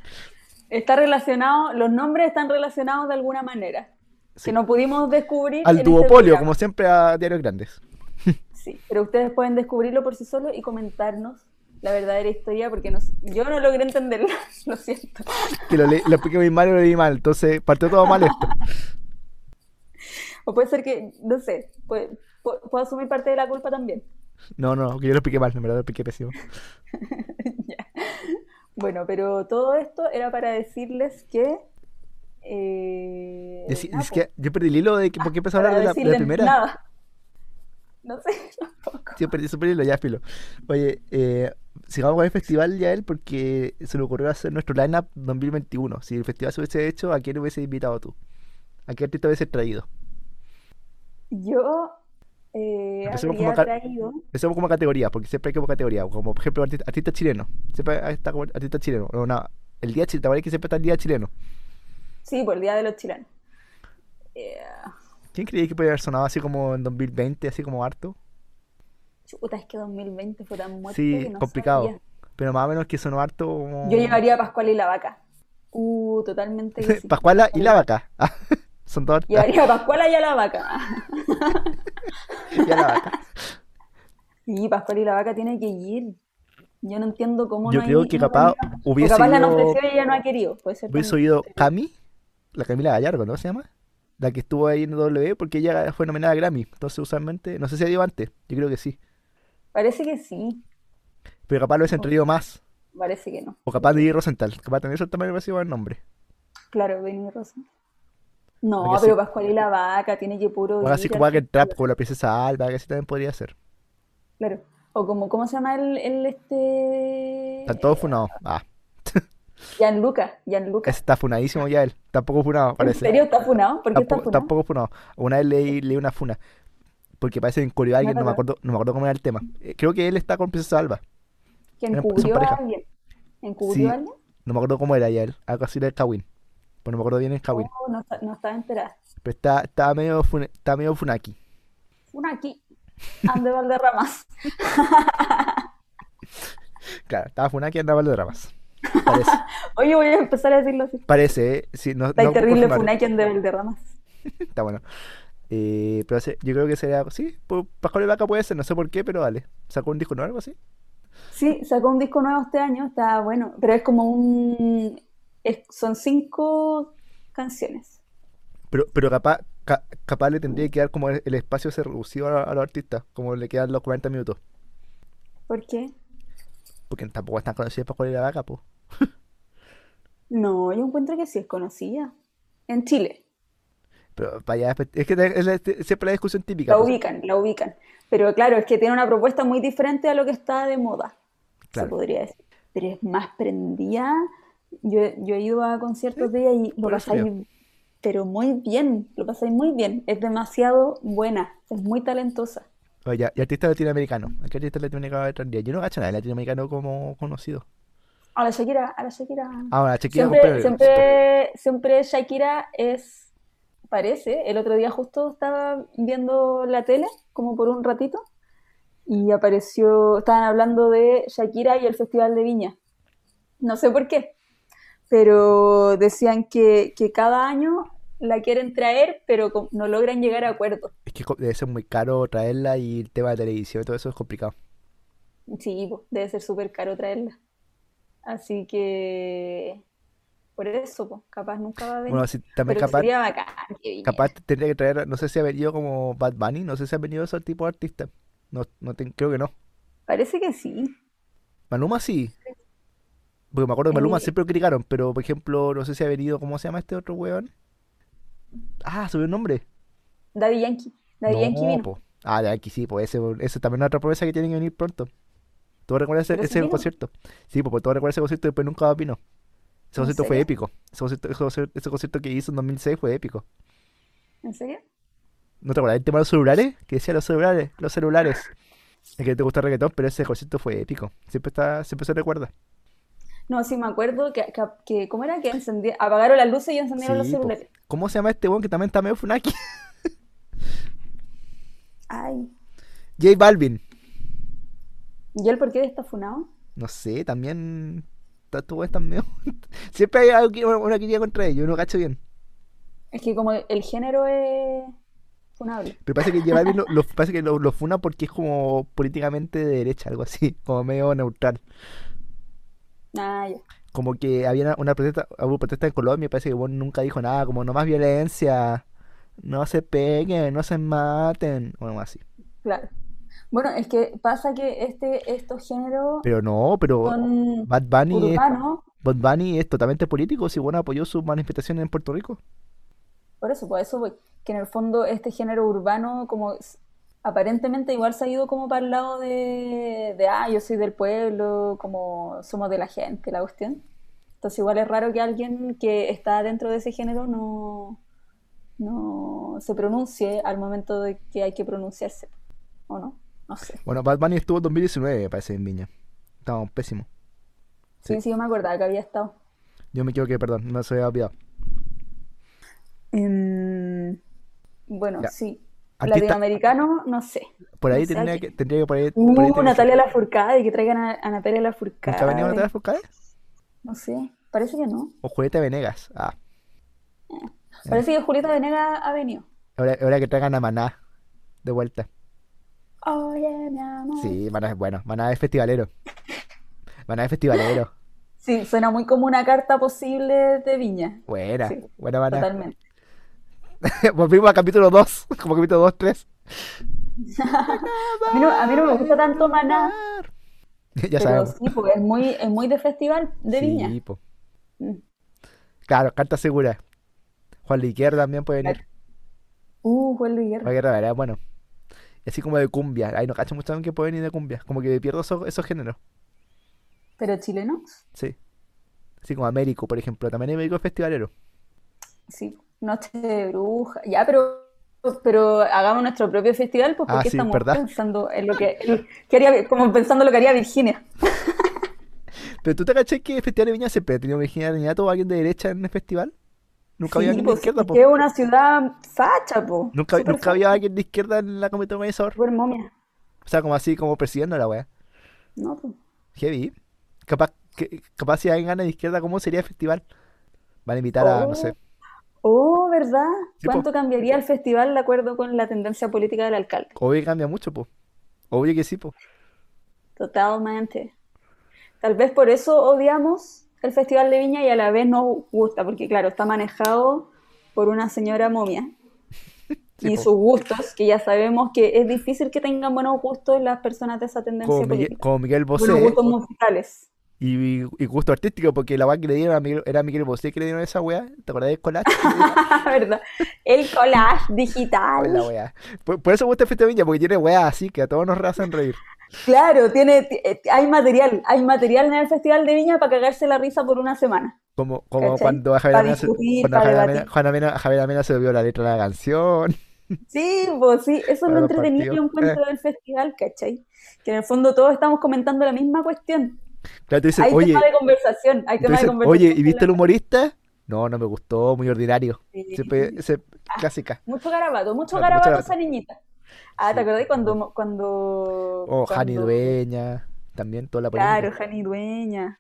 Está relacionado, los nombres están relacionados de alguna manera, Sí. que no pudimos descubrir en Al este duopolio, programa. como siempre a Diarios Grandes. Sí, pero ustedes pueden descubrirlo por sí solos y comentarnos la verdadera historia, porque nos- yo no logré entenderla, lo siento. Que lo, le- lo expliqué muy mal y lo leí mal, entonces partió todo mal esto. O puede ser que, no sé, puede- pu- puedo asumir parte de la culpa también. No, no, que yo lo expliqué mal, en verdad lo expliqué pésimo. Bueno, pero todo esto era para decirles que... eh, Y así- nada, es que yo perdí el hilo de que, por qué empezó a hablar para de la, de la decirles primera. nada. No sé, tampoco. Sí, perdí su hilo, ya filo. Oye, eh, sigamos con el festival ya él porque se le ocurrió hacer nuestro lineup 2021. Si el festival se hubiese hecho, ¿a quién hubiese invitado tú? ¿A qué artista hubiese traído? Yo eh, Empecemos como habría ca- traído... Empecemos como categoría, porque siempre hay como categoría. Como por ejemplo, artista, artista chileno. Siempre hay- está como artista chileno. No, no, el día chileno, que siempre está el día chileno. Sí, por el Día de los Chilenos. Eh, ¿Quién creía que podía haber sonado así como en 2020, así como harto? chuta, es que 2020 fue tan muerto Sí, este que no complicado. sabía. Pero más o menos que sonó harto como... Yo llevaría a Pascual y la vaca. Uh, totalmente que sí. Pascuala y la vaca. Ah, son dos artistas. Llevaría a Pascuala y a la vaca. Y a la vaca. Sí, Pascual y la vaca tiene que ir. Yo no entiendo cómo Yo no creo hay- que no capaz hay- o hubiese capaz la han ido- ofrecido y ella no ha querido. Puede ser Hubiese también. oído Cami, la Camila Gallardo, ¿no se llama? La que estuvo ahí en W, porque ella fue nominada a Grammy. Entonces, usualmente, no sé si ha ido antes, yo creo que sí. Parece que sí, Pero capaz lo hubiesen traído más. parece que no. O capaz de ir Rosenthal. Capaz también eso también hubiese sido el nombre. Claro, Benny Rosa. No, Porque pero sí. Pascual y la vaca tiene que puro O algo así ir como al- el Trap con la princesa Alba, que así también podría ser. Claro. O como, ¿cómo se llama el, el este? Están todos funados. Ah, Gianluca, Gianluca. ese está funadísimo ya él. Tampoco funado, ¿En parece. serio está funado? ¿Por qué está Tampoco, funado? tampoco funado. Una vez leí, leí una funa. Porque parece que encubrió a alguien, no me Mátalo. acuerdo, no me acuerdo cómo era el tema. Eh, Creo que él está con Princesa Alba. ¿Que Son encubrió a pareja. alguien? Sí. ¿Encubrió a alguien? No me acuerdo cómo era ya él. Algo así era el Kawin. Pues no me acuerdo bien el Kawin. Oh, no, está- no estaba enterada. Pero está, está medio fune- está medio funaki. Una aquí. Ande Valderramas. Claro, estaba funaki y andaba de dramas. Parece, Oye, voy a empezar a decirlo así. parece ¿eh? Sí, no, Está no terrible confirmar. Funaki Ande Valderramas. Está bueno. Eh, pero ese- yo creo que sería sí, pues, Pascual y Vaca puede ser, no sé por qué, pero vale. Sacó un disco nuevo algo así. Sí, sacó un disco nuevo este año, está bueno, pero es como un... es- son cinco canciones. Pero, pero capaz, ca- capaz le tendría que dar como el, el espacio ese reducido a, a los artistas, como le quedan los 40 minutos. ¿Por qué? Porque tampoco están conocidos Pascual y la Vaca, pues. No, yo encuentro que sí es conocida. En Chile. Pero para allá, pues, es que es la- siempre la discusión típica. La pues, ubican, la ubican. Pero claro, es que tiene una propuesta muy diferente a lo que está de moda, se claro. podría decir. Pero es más prendida. Yo, yo he ido a conciertos de ella y lo por eso digo. pasáis, pero muy bien, lo pasáis muy bien. Es demasiado buena, es muy talentosa. Oye, ya- y artista latinoamericano. ¿A qué artista latinoamericano va a traer? Yo no cacho nada de latinoamericano como conocido. A la Shakira, a la Shakira. Ahora, Shakira Siempre, pero- siempre, siempre Shakira es, parece, el otro día justo estaba viendo la tele, como por un ratito, y apareció, estaban hablando de Shakira y el Festival de Viña. No sé por qué, pero decían que, que cada año la quieren traer, pero co- no logran llegar a acuerdo. Es que co- debe ser muy caro traerla y el tema de televisión y todo eso es complicado. Sí, po, debe ser súper caro traerla. Así que, por eso, po, capaz nunca va a venir. Bueno, así también Pero que capaz, sería bacán que viniera. capaz tendría que traer, no sé si ha venido como Bad Bunny, no sé si ha venido ese tipo de artista. No, no te- creo que no. Parece que sí. Maluma sí, porque me acuerdo que Maluma Eh, siempre lo criticaron, pero por ejemplo, no sé si ha venido, ¿cómo se llama este otro weón? Ah, subió un nombre. Daddy Yankee. Daddy Yankee No, vino. po. Ah, de aquí sí, pues ese, ese también es otra promesa que tiene que venir pronto. ¿Tú recuerdas ese, Pero si ese vino, concierto? Sí, pues tú recuerdas ese concierto y después nunca vino. Ese ¿en concierto fue serio? épico. Ese concierto, ese concierto- ese concierto que hizo en 2006 fue épico. ¿En serio? ¿No te acuerdas del tema de los celulares? Que decía los celulares, los celulares. Es que te gusta el reggaetón, pero ese concierto fue épico. Siempre está, siempre se recuerda. No, sí me acuerdo que, que, que- ¿cómo era? Que encendía, apagaron las luces y encendieron los Sí, pues. celulares. ¿Cómo se llama este weón que también está medio funaki? Ay. J Balvin. ¿Y él por qué está funado? No sé, también. ta- Estos weones están medio. Siempre hay algo que- una crítica contra ellos, no cacho bien. Es que como el género es funable. Pero parece que J Balvin lo, lo- parece que lo, lo funa porque es como políticamente de derecha, algo así, como medio neutral. Ah, ya. Como que había una, una protesta, hubo protesta en Colombia y parece que el weón nunca dijo nada, como no más violencia, no se peguen, no se maten, o algo así. Claro. Bueno, es que pasa que este, estos géneros Pero no, pero son Bad Bunny es, urbanos, Bad Bunny es totalmente político, si bueno apoyó sus manifestaciones en Puerto Rico. Por eso, por eso voy. Que en el fondo este género urbano, como s- aparentemente igual se ha ido como para el lado de, de, ah, yo soy del pueblo, como somos de la gente, la cuestión. Entonces igual es raro que alguien que está dentro de ese género no, no se pronuncie al momento de que hay que pronunciarse, ¿o no? No sé. Bueno, Bad Bunny estuvo en 2019, me parece, en Viña. Estaba pésimo. Sí, Sí, sí, yo me acordaba que había estado. yo me equivoqué, perdón, no se había olvidado. Em, bueno, Ya, sí. artista, Latinoamericano, no sé. por No ahí sé a tendría qué. que, tendría que por ahí, por ahí Uh, tendría que ser. Natalia Lafourcade, que traigan a, a Natalia ¿Nunca ha venido a Lafourcade. Natalia Furcade? No sé, parece que no. ¿O Julieta Venegas? Ah, eh. Parece que Julieta Venegas ha venido. Ahora, ahora que traigan a Maná de vuelta. Oye, mi amor. Sí, Maná es bueno. Maná es festivalero. Maná es festivalero. Sí, suena muy como una carta posible de Viña. Buena, Sí, buena Maná. totalmente. Volvimos a capítulo 2, como capítulo 2, 3. A mí no, a mí no me gusta tanto Maná, Ya pero sabemos. sí, porque es muy, es muy de festival de Sí, Viña. po. Mm, Claro, carta segura. Juan Liguer también puede venir. claro. Uh, Juan Luis Juan Guerra. Liguer, la verdad, bueno. Y así como de cumbia. Ay, no cacho mucho también que puede venir de cumbia. Como que pierdo esos, esos géneros. Pero chilenos, Sí. Así como Américo, por ejemplo. También Américo es festivalero. sí. Noche de bruja. Ya, pero, pero hagamos nuestro propio festival, pues Ah, porque sí, estamos ¿verdad? pensando en lo que, en- que haría, como pensando lo que haría Virginia. Pero tú te caché que el Festival de Viña siempre ha tenido virginidad o alguien de derecha en el festival. Nunca había Sí, alguien de pues izquierda, es po. que es una ciudad facha, po. Nunca, Súper nunca había facha, alguien de izquierda en la comité organizador. súper momia. O sea, como así, como presidiendo la wea. No, po. Heavy. Capaz, que, capaz si alguien gana de izquierda, ¿cómo sería el festival? Van a invitar a, no Oh, sé. oh, ¿verdad? Sí, po. ¿Cuánto cambiaría el festival de acuerdo con la tendencia política del alcalde? Obvio que cambia mucho, po. Obvio que sí, po. Totalmente. Tal vez por eso odiamos el Festival de Viña y a la vez nos gusta, porque claro, está manejado por una señora momia Sí, y po. sus gustos, que ya sabemos que es difícil que tengan buenos gustos las personas de Como esa tendencia Miguel, política. como Miguel Buenos Bosé, gustos musicales. Y, y gusto artístico, porque la weá que le dieron a Miguel, era a Miguel Bosé que le dieron esa weá. ¿Te acordás del collage? ¿Verdad? El collage Ay, digital. Pues la weá. Por, por eso gusta el Fiesta de Viña, porque tiene weá así que a todos nos hacen reír. Claro, tiene, ti- eh, hay material, hay material en el Festival de Viña para cagarse la risa por una semana. Como, como ¿Cachai? cuando a Javier Pa' Amena se, discutir, cuando a pa' Javier debatir. Amena- Juan Amena- a Javier Amena se le vio la letra de la canción. Sí, pues sí, eso es Para lo los entretenido que partidos. Eh. encuentro del festival, ¿cachai? Que en el fondo todos estamos comentando la misma cuestión. Claro, tú dices, Hay oye, tema de conversación, hay tú tema de dices, conversación. oye, ¿y con viste la- el humorista? No, no me gustó, muy ordinario. Sí. Ah, Siempre, se- clásica. Mucho garabato, Mucho mucho garabato Ah, garabato. esa niñita. Ah, Sí, ¿te acordás no. cuando, cuando, O Oh, Jani cuando- Dueña, también toda la polémica. Claro, Jani Dueña.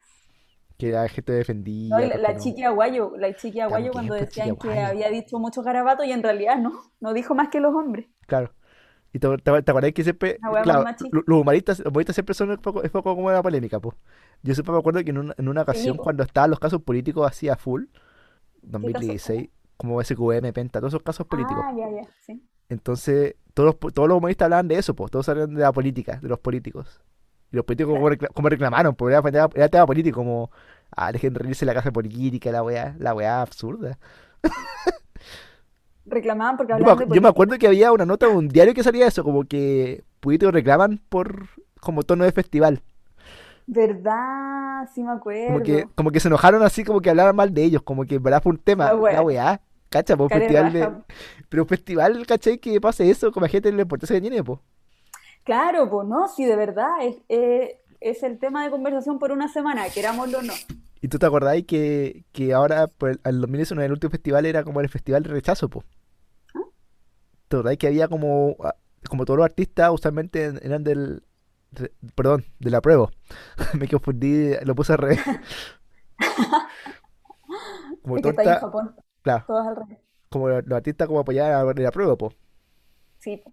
Que la gente defendía. No, y la, porque la no. chiqui Aguayo, la chiqui Aguayo También, cuando pues, decían chiqui que Aguayo. había dicho mucho garabato y en realidad no, no dijo más que los hombres. Claro. Y te, te- te acordás que siempre, Una hueá más claro, machista. lo- los humoristas, los humoristas siempre son un poco, es poco como la polémica, po. Yo siempre me acuerdo que en una, en una ocasión, po. cuando estaban los casos políticos así a full, 2016, pasó? como SQM, Penta, todos esos casos políticos. Ah, ya, ya, sí. Entonces, todos los, todos los humoristas hablaban de eso, pues, todos hablaban de la política, de los políticos. Y los políticos como, recla- como reclamaron, porque era, era- era tema político, como, ah, dejen de reírse de la casa política, la weá, la weá absurda. Reclamaban porque Yo me, hablaban de acu- yo me política. acuerdo que había una nota de un diario que salía eso, como que políticos reclaman por como tono de festival. ¿Verdad? Sí me Como que, acuerdo. como que se enojaron así, como que hablaban mal de ellos, como que en verdad fue un tema, La weá. la weá. Cacha, pues, un Karen festival de- Raja. Pero un festival, ¿cachai? Que pase eso, como a gente le importa que tiene, pues. Claro, pues no, sí, de verdad, es, eh, es el tema de conversación por una semana, querámoslo o no. ¿Y tú te acordáis que, que ahora, pues, al 2019, el último festival era como el festival de rechazo, po? Ah. ¿Te acordáis que había como, ah, como todos los artistas usualmente en- eran del, re- perdón, del apruebo? Me confundí, lo puse al revés. Como Es que todo está ahí en está- Japón, claro, todos al revés. como los, los artistas como apoyaban al- el apruebo, po. Sí. po.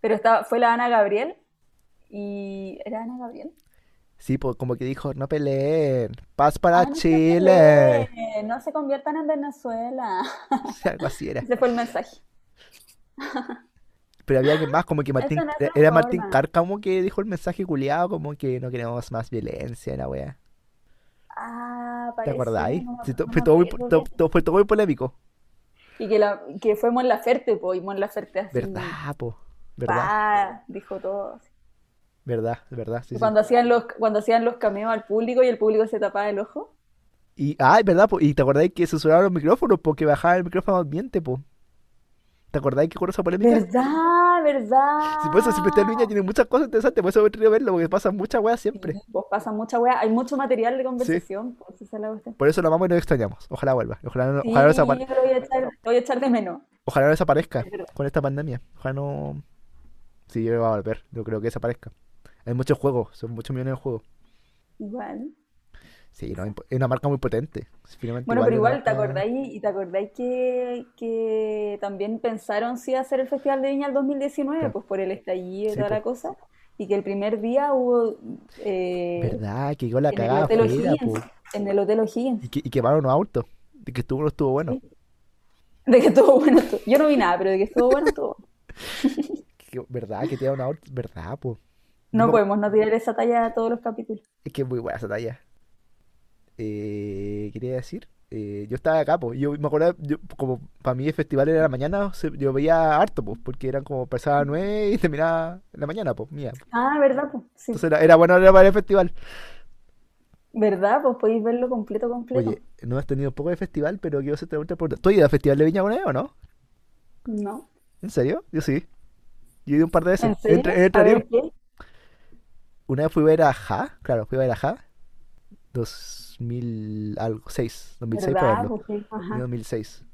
Pero estaba, fue la Ana Gabriel y... ¿Era Ana Gabriel? Sí, po, como que dijo, no peleen, paz para Ah, no se Chile. peleen, no se conviertan en Venezuela. O sea, algo así era. Ese fue el mensaje. Pero había alguien más, como que Martín, no es era- una era Martín forma. Cárcamo que dijo el mensaje culiado, como que no queremos más violencia, la wea. Ah, ¿Te acordáis? parece, Pues Sí, to- no, me- no fue, me todo muy, po- acuerdo to- bien. to- fue todo muy polémico. Y que, la, que fue Mon Laferte, po, y Mon Laferte así, ¿Verdad, po? ¿Verdad? pa, dijo todo. así. ¿Verdad? ¿Verdad? Sí, sí. Cuando hacían los, cuando hacían los cameos al público y el público se tapaba el ojo. Y, ay, ¿verdad, po? ¿Y te acordáis que censuraron los micrófonos? Porque bajaba el micrófono ambiente, po. ¿Te acordáis que ocurrió esa polémica? ¿Verdad? ¿Verdad? Sí, por eso siempre está en Viña, tiene muchas cosas interesantes, por eso me atrevo a verlo, porque pasan muchas weas siempre. Vos pasan pues mucha weá, hay mucho material de conversación, pues, esa es la cuestión. Por eso lo amamos y nos extrañamos. Ojalá vuelva. Ojalá no, Sí, ojalá no, desapa- yo lo voy a echar, lo voy a echar de menos. ojalá no desaparezca Es verdad. con esta pandemia. Ojalá no. Sí, yo va a volver. Yo creo que desaparezca. Hay muchos juegos, son muchos millones de juegos. Igual. Sí, no, impo- es una marca muy potente. Finalmente, Bueno, pero es igual, ¿te una marca- acordáis, y te acordáis que, que también pensaron si hacer el Festival de Viña el 2019, Claro. pues por el estallido y Sí, pues. toda po. la cosa? Y que el primer día hubo eh, ¿Verdad? Que llegó la en el cagada Hotel afuera, po. O'Higgins, en el Hotel O'Higgins, Y, que, y quemaron unos autos. De que estuvo no estuvo bueno. Sí. de que estuvo bueno, estuvo- yo no vi nada, pero de que estuvo bueno, estuvo bueno. Que- ¿Verdad? Que tiraron autos. ¿Verdad, po? No No. podemos no tirar esa talla a todos los capítulos. Es que es muy buena esa talla. Eh, quería decir, Eh, yo estaba acá, pues. Yo me acuerdo, yo, como para mí el festival era la mañana, se- yo veía harto, pues, porque eran como pasaba nueve y terminaba en la mañana, pues, mía. Ah, ¿verdad? Pues, sí. Entonces era, era buena hora para el festival. ¿Verdad? Pues podéis verlo completo, completo. Oye, no has tenido poco de festival, pero quiero hacerte pregunta por. ¿Tú has ido al festival de Viña alguna vez o no? No. ¿En serio? Yo sí. Yo he ido un par de veces. ¿En serio? Entre- entre A Ariel. ver, ¿qué? Una vez fui a ver a Ja, claro, fui a ver a Ja. 2000 algo, 6, 2006 por ¿Verdad? algo. Pues, sí, de ajá. 2006.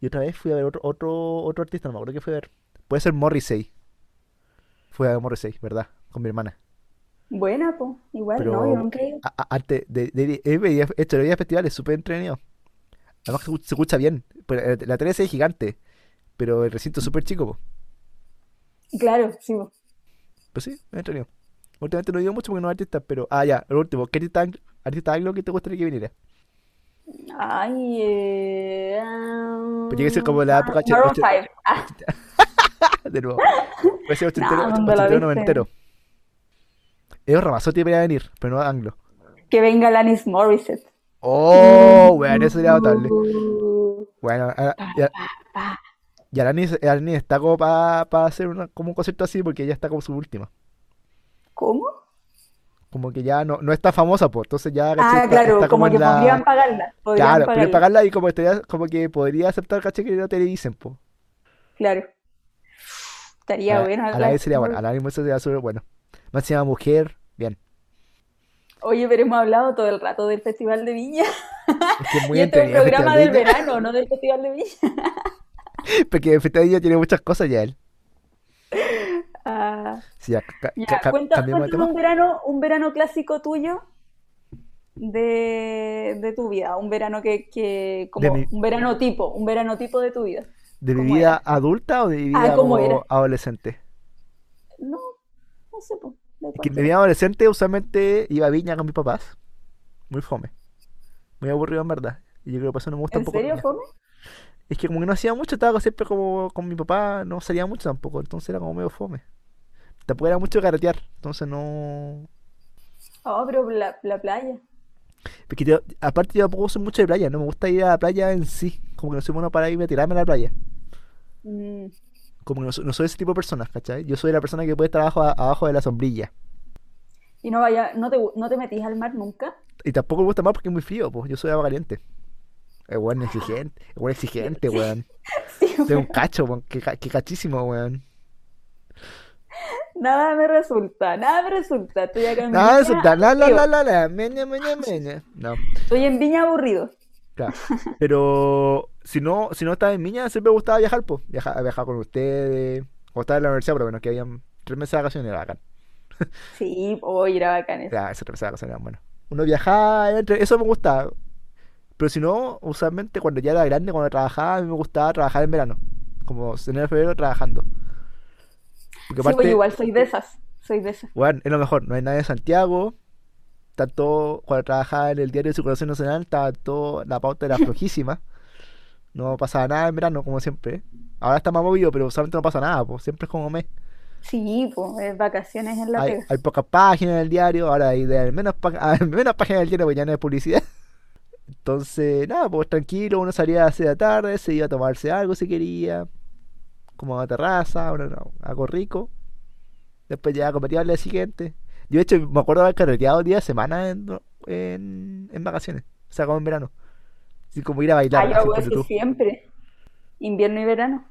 Y otra vez fui a ver otro, otro, otro artista, no me acuerdo qué fui a ver. Puede ser Morrissey. Fui a ver Morrissey, ¿verdad? Con mi hermana. Buena, pues. Igual, no, yo Pero nunca he ido. a- a- antes de, de, de- he veía- he hecho, he veía festivales, súper entretenido. Además que se se escucha bien. Pero eh, la la 13 es gigante, pero el recinto es súper chico. po. Claro, sí, po. Pues sí, es entretenido. Últimamente no he ido mucho porque no hay artistas, pero... Ah, ya, el último. ¿Qué artista, artista anglo que te gustaría que viniera? Ay, eh, Pues tiene que ser como la ah, época ocho- Maroon ocho- 5. Ah, De nuevo. Puede ser ochentero, cuando la ochentero, viste. noventero. Eos Ramazzotti debería venir, pero no anglo. Que venga Lanis Morissette. Oh, weón, eso sería notable. Uh. Bueno, a- y a- y Alanis, Alanis está como para hacer una- como un concierto así porque ya está como su última. ¿Cómo? Como que ya no, no está famosa, pues. Entonces ya, ¿cachai? Ah, está, claro, está como que en la. podrían pagarla. Podrían claro, podrían pagarla. pagarla y como, estaría- como que podría aceptar, ¿cachai? Que no te dicen, pues. Claro. Estaría A, bueno. a la vez sería bueno, a la misma sería súper bueno. Más encima mujer, bien. Oye, pero hemos hablado todo el rato del Festival de Viña. Es que es muy y este es un entretenido el programa Festival de del Viña, verano, no del Festival de Viña. porque el Festival de Viña tiene muchas cosas ya él. Ah, Si ya, ca- ya, ca- ca- cuenta, cambiamos de cuéntame tema. un verano, un verano clásico tuyo de, de tu vida. Un verano que, que De como mi- un verano tipo, un verano tipo de tu vida. ¿De mi ¿Cómo vida era? adulta o de mi Ah, vida ¿cómo como era? adolescente? No, no sé, po, Que de en mi cualquier- vida adolescente usualmente iba a Viña con mis papás. Muy fome. Muy aburrido en verdad. Y yo creo que por eso no me gusta ¿En tampoco serio, Viña. Fome? Es que como que no hacía mucho, estaba siempre como con mi papá, no salía mucho tampoco, entonces era como medio fome. Tampoco era mucho de carretear, entonces no... Ah, pero la, la playa. Porque yo- aparte yo tampoco soy mucho de playa, no me gusta ir a la playa en sí. Como que no soy bueno para irme a tirarme a la playa. Mm, Como que no, so- no soy ese tipo de personas, ¿cachai? Yo soy la persona que puede estar abajo, a- abajo de la sombrilla. Y no vaya, no te, no te metís al mar nunca. Y tampoco me gusta más porque es muy frío, pues yo soy agua caliente. El weón exigente, el weón exigente, weón. Sí, Soy un bueno, cacho, weón. Qué, ca- qué cachísimo, weón. nada me resulta, nada me resulta. Estoy acá en Nada de Ah, eso, Viña da- la la aburrido. la la la, meña, meña, meña. No, Estoy en Viña aburrido. claro. Pero si no, si no estaba en Miña, siempre me gustaba viajar, pues. Viajar, viajar con ustedes. O estaba en la universidad, pero bueno, que habían tres meses de vacaciones, era bacán. Sí, hoy era bacán eso. Ya, esa tercera cosa era buena. Uno viajaba, era entre- eso me gustaba. Pero si no, usualmente cuando ya era grande, cuando trabajaba, a mí me gustaba trabajar en verano. Como enero, febrero, trabajando. Porque Sí, pues aparte, igual soy de esas, soy de esas. bueno, es lo mejor, no hay nadie en Santiago. Tanto cuando trabajaba en el diario de Circulación Nacional, estaba todo, la pauta era flojísima. No pasaba nada en verano, como siempre. Ahora está más movido, pero usualmente no pasa nada, pues siempre es como mes. Sí, pues, vacaciones en la Hay, pega. hay pocas páginas en el diario, ahora hay de al menos, pa- al menos páginas del diario porque ya no hay publicidad. Entonces, nada, pues tranquilo, uno salía hacia la tarde, se iba a tomarse algo si quería, como a una terraza, una- una- algo rico. Después ya competíamos al día siguiente. Yo, de hecho, me acuerdo haber carreteado día de semana en, en, en vacaciones, o sea, como en verano. Así como ir a Ah, bailar, yo así, hago ponte eso tú. siempre, invierno y verano.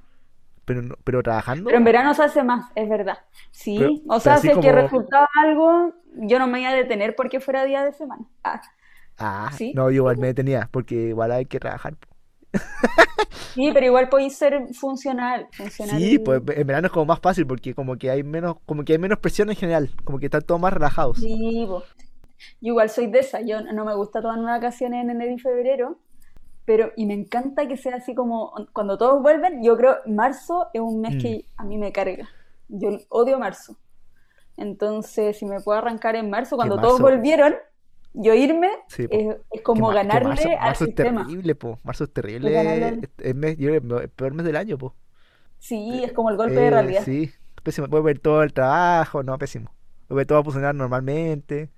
Pero, no- pero trabajando, Pero en verano se hace más, es verdad. Pero- Sí, o pero sea, así si es que como- resultaba algo, yo no me iba a detener porque fuera día de semana. Ah, ah, sí. no, yo igual me detenía, porque igual hay que trabajar. Sí, pero igual podéis ser funcional, funcional. Sí, pues en verano es como más fácil porque como que hay menos, como que hay menos presión en general, como que están todos más relajados. Sí, po. Yo igual soy de esa, yo no me gusta tomarme vacaciones en enero y febrero, pero y me encanta que sea así como cuando todos vuelven, yo creo marzo es un mes Mm. que a mí me carga. Yo odio marzo. Entonces, si me puedo arrancar en marzo, cuando todos marzo? volvieron, yo irme Sí, po. es, es Que como ma- que ganarle marzo, al marzo es sistema. terrible, po. Marzo es Es ganarle terrible, este, al- es- es mes- yo creo que el, el peor mes del año, po. Sí, es como el golpe de Eh, realidad. sí, pésimo. Voy a ver todo el trabajo, no, pésimo. Voy a todo va a funcionar normalmente.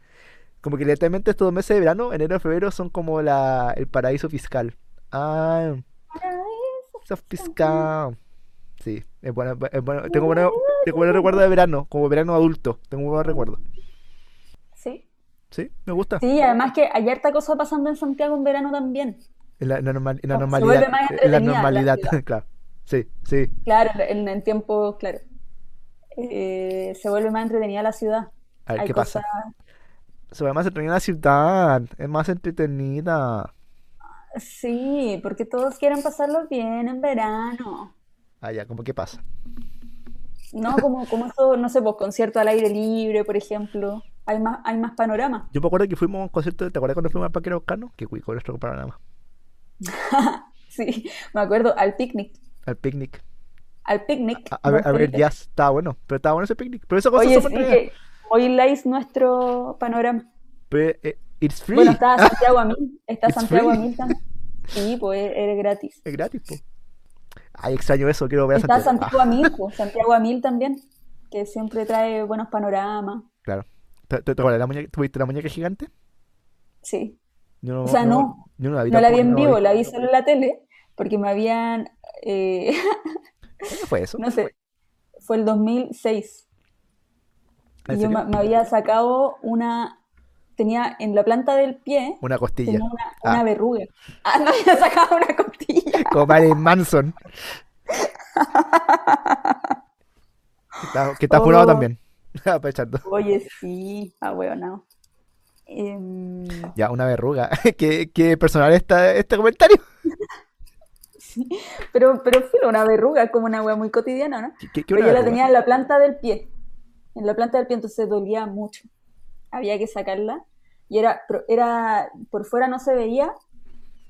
Como que literalmente estos dos meses de verano, enero y febrero, son como la, el paraíso fiscal. Ah, Soft piscao. Sí, es bueno, es bueno. Tengo buenos tengo buenos recuerdos de verano, como verano adulto. Tengo buenos recuerdos. Sí. Sí, me gusta. Sí, además que hay harta cosa pasando en Santiago en verano también. En la, en la normal- en la Se vuelve normalidad. más en la entretenida la normalidad, ciudad. claro. Sí, sí. Claro, en, en tiempo, claro. Eh, se vuelve más entretenida la ciudad. A ver Hay qué pasa. cosas, Se va más entretenida la ciudad. Es más entretenida. sí, porque todos quieren pasarlo bien en verano. Ah, ya, como qué pasa. No, como, como eso, no sé, pues concierto al aire libre, por ejemplo. Hay más, hay más panorama. Yo me acuerdo que fuimos a un concierto. ¿Te acuerdas cuando fuimos al Parque Araucano? Que cuico nuestro programa. Sí, me acuerdo, al picnic. Al picnic. Al picnic, A, a ver, don a ver, Felipe. jazz. Estaba bueno. Pero estaba bueno ese picnic. Pero esa cosa Oye, es sí, súper entretenida. que hoy Lice nuestro panorama. Pero, eh, It's free. Bueno, está Santiago Amil, está It's Santiago free. Amil también. Sí, pues es es gratis. Es gratis, po. Ay, extraño eso, quiero ver a Está Santiago. Santiago Ah, Amil, pues, Santiago Amil también, que siempre trae buenos panoramas. Ah, claro. ¿Te, te, te acuerdas la muñeca, tuviste la muñeca gigante? Sí. Yo no, O sea, no. yo no la vi No la vi tampoco, en yo no vivo, la vi solo en la tele, porque me habían, eh, ¿Cuándo fue eso? no sé, fue el 2006. ¿En Y yo serio? me, me había sacado una, tenía en la planta del pie, Una costilla. tenía una, Ah. una verruga. Ah, me había sacado una costilla. Como Marilyn Manson. que está, que está apurado Oh. también. Aprovechando. Oye, sí, ah, no. Em, Ya, una verruga. ¿Qué, qué personal está este comentario? pero, pero filo, una verruga, como una wea muy cotidiana, ¿no? ¿Qué, qué- ¿eh? qué Pero una yo la verruga? tenía en la planta del pie. En la planta del pie, entonces dolía mucho. Había que sacarla. Y era, pero era, por fuera no se veía,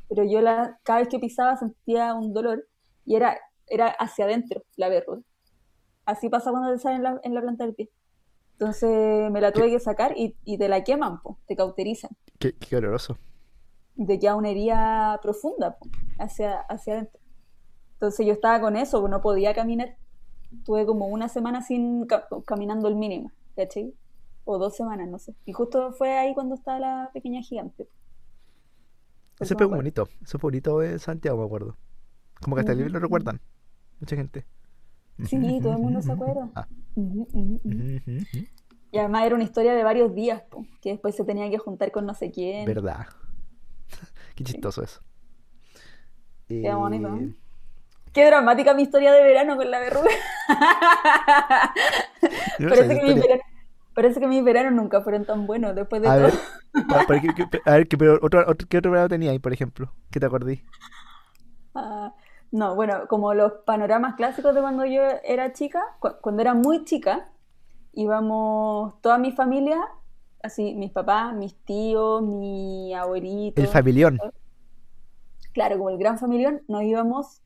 pero yo la, cada vez que pisaba sentía un dolor. Y era, era hacia adentro la verruga. Así pasa cuando te sale en la, en la planta del pie. Entonces me la tuve que sacar y, y te la queman, po, te cauterizan. Qué, qué oloroso. Y te queda una herida profunda po, hacia, hacia adentro. Entonces yo estaba con eso, pues, no podía caminar. Tuve como una semana sin ca- caminando el mínimo, ¿cachai? O dos semanas, no sé. Y justo fue ahí cuando estaba la pequeña gigante. Por Ese eso me fue acuerdo. bonito. Ese fue bonito de Santiago, me acuerdo. Como que hasta el libro lo recuerdan. Mucha gente. Mm. Sí, todo el mundo se acuerda. Ah. Ujú, ujú, ujú. Ujú, ujú. Y además era una historia de varios días, po, que después se tenía que juntar con no sé quién. Verdad. Qué chistoso eso. Qué bonito, ¿no? Eh, Qué dramática mi historia de verano con la verruga. yo no sé Parece esa que, mis historia. veranos, parece que mis veranos nunca fueron tan buenos después de A todo. ver, pa- pa- qué- qué- a ver, qué, pero otro, otro- ¿qué otro verano tenía ahí, por ejemplo? ¿Qué te acordé? Ah, no, bueno, como los panoramas clásicos de cuando yo era chica, cu- cuando era muy chica, íbamos toda mi familia, así mis papás, mis tíos, mi abuelito, El familión. ah, claro, como el gran familión, nos íbamos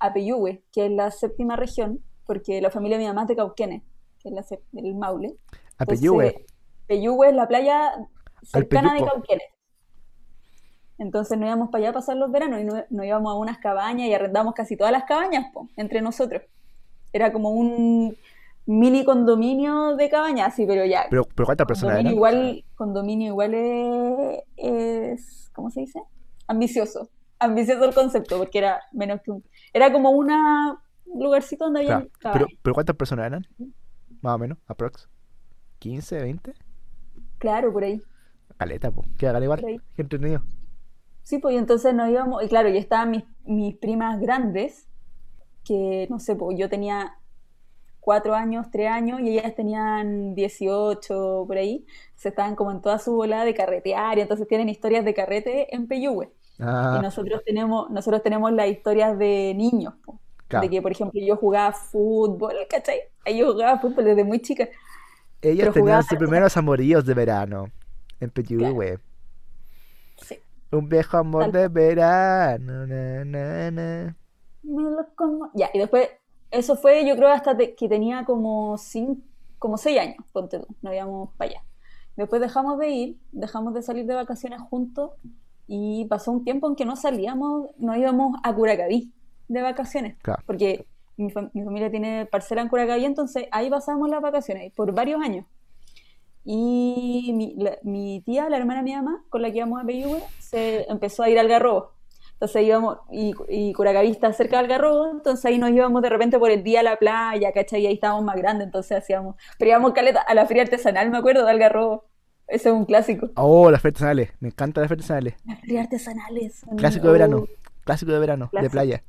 a Peyúgue, que es la séptima región, porque la familia de mi mamá es de Cauquenes, que es la sep- el Maule. A Entonces, Peyúgue. Peyúgue es la playa cercana de Peyuco. Cauquenes. Entonces nos íbamos para allá a pasar los veranos y no- nos íbamos a unas cabañas y arrendamos casi todas las cabañas po, entre nosotros. Era como un mini condominio de cabañas, sí, pero ya. Pero, pero ¿cuántas personas Condominio eran? igual, condominio igual es, es- ¿cómo se dice? Ambicioso. Ambicioso el concepto, porque era menos que un... Era como una un lugarcito donde había Claro, cabañas. pero, pero ¿cuántas personas eran? Más o menos, aprox. ¿15, 20? Claro, por ahí, Caleta, po. ¿Qué hagan igual? por ahí. Qué entretenido. Sí, pues y entonces nos íbamos, y claro, y estaban mis, mis primas grandes, que no sé, pues yo tenía cuatro años, tres años, y ellas tenían 18 por ahí, se estaban como en toda su volada de carretear, y entonces tienen historias de carrete en Peyúgue. Y Ah, nosotros tenemos, nosotros tenemos las historias de niños, po. claro. De que, por ejemplo, yo jugaba fútbol, ¿cachai? Ahí Yo jugaba fútbol desde muy chica. Ellas pero tenían jugaba- sus primeros amoríos de verano. En Peyúgue. Sí. Un viejo amor Tal- de verano. na, na, na. Me lo como. Ya, y después, eso fue, yo creo, hasta te- que tenía como cinco, como seis años, ponte tú, no íbamos para allá. Después dejamos de ir, dejamos de salir de vacaciones juntos y pasó un tiempo en que no salíamos, no íbamos a Curacaví de vacaciones, Claro. porque mi, fam- mi familia tiene parcela en Curacaví, entonces ahí pasábamos las vacaciones por varios años. Y mi, la- mi tía, la hermana de mi mamá, con la que íbamos a Peyúgue, se empezó a ir al Garrobo. Entonces íbamos, y, y Curacaví está cerca del Garrobo, entonces ahí nos íbamos de repente por el día a la playa, ¿cachai? Y ahí estábamos más grandes, entonces hacíamos, pero íbamos caleta a la feria artesanal, me acuerdo, del Garrobo. Ese es un clásico. Oh, las ferias artesanales. Me encantan las ferias artesanales. Las ferias artesanales. son- Clásico de oh, verano. Clásico de verano, de Clásico. playa.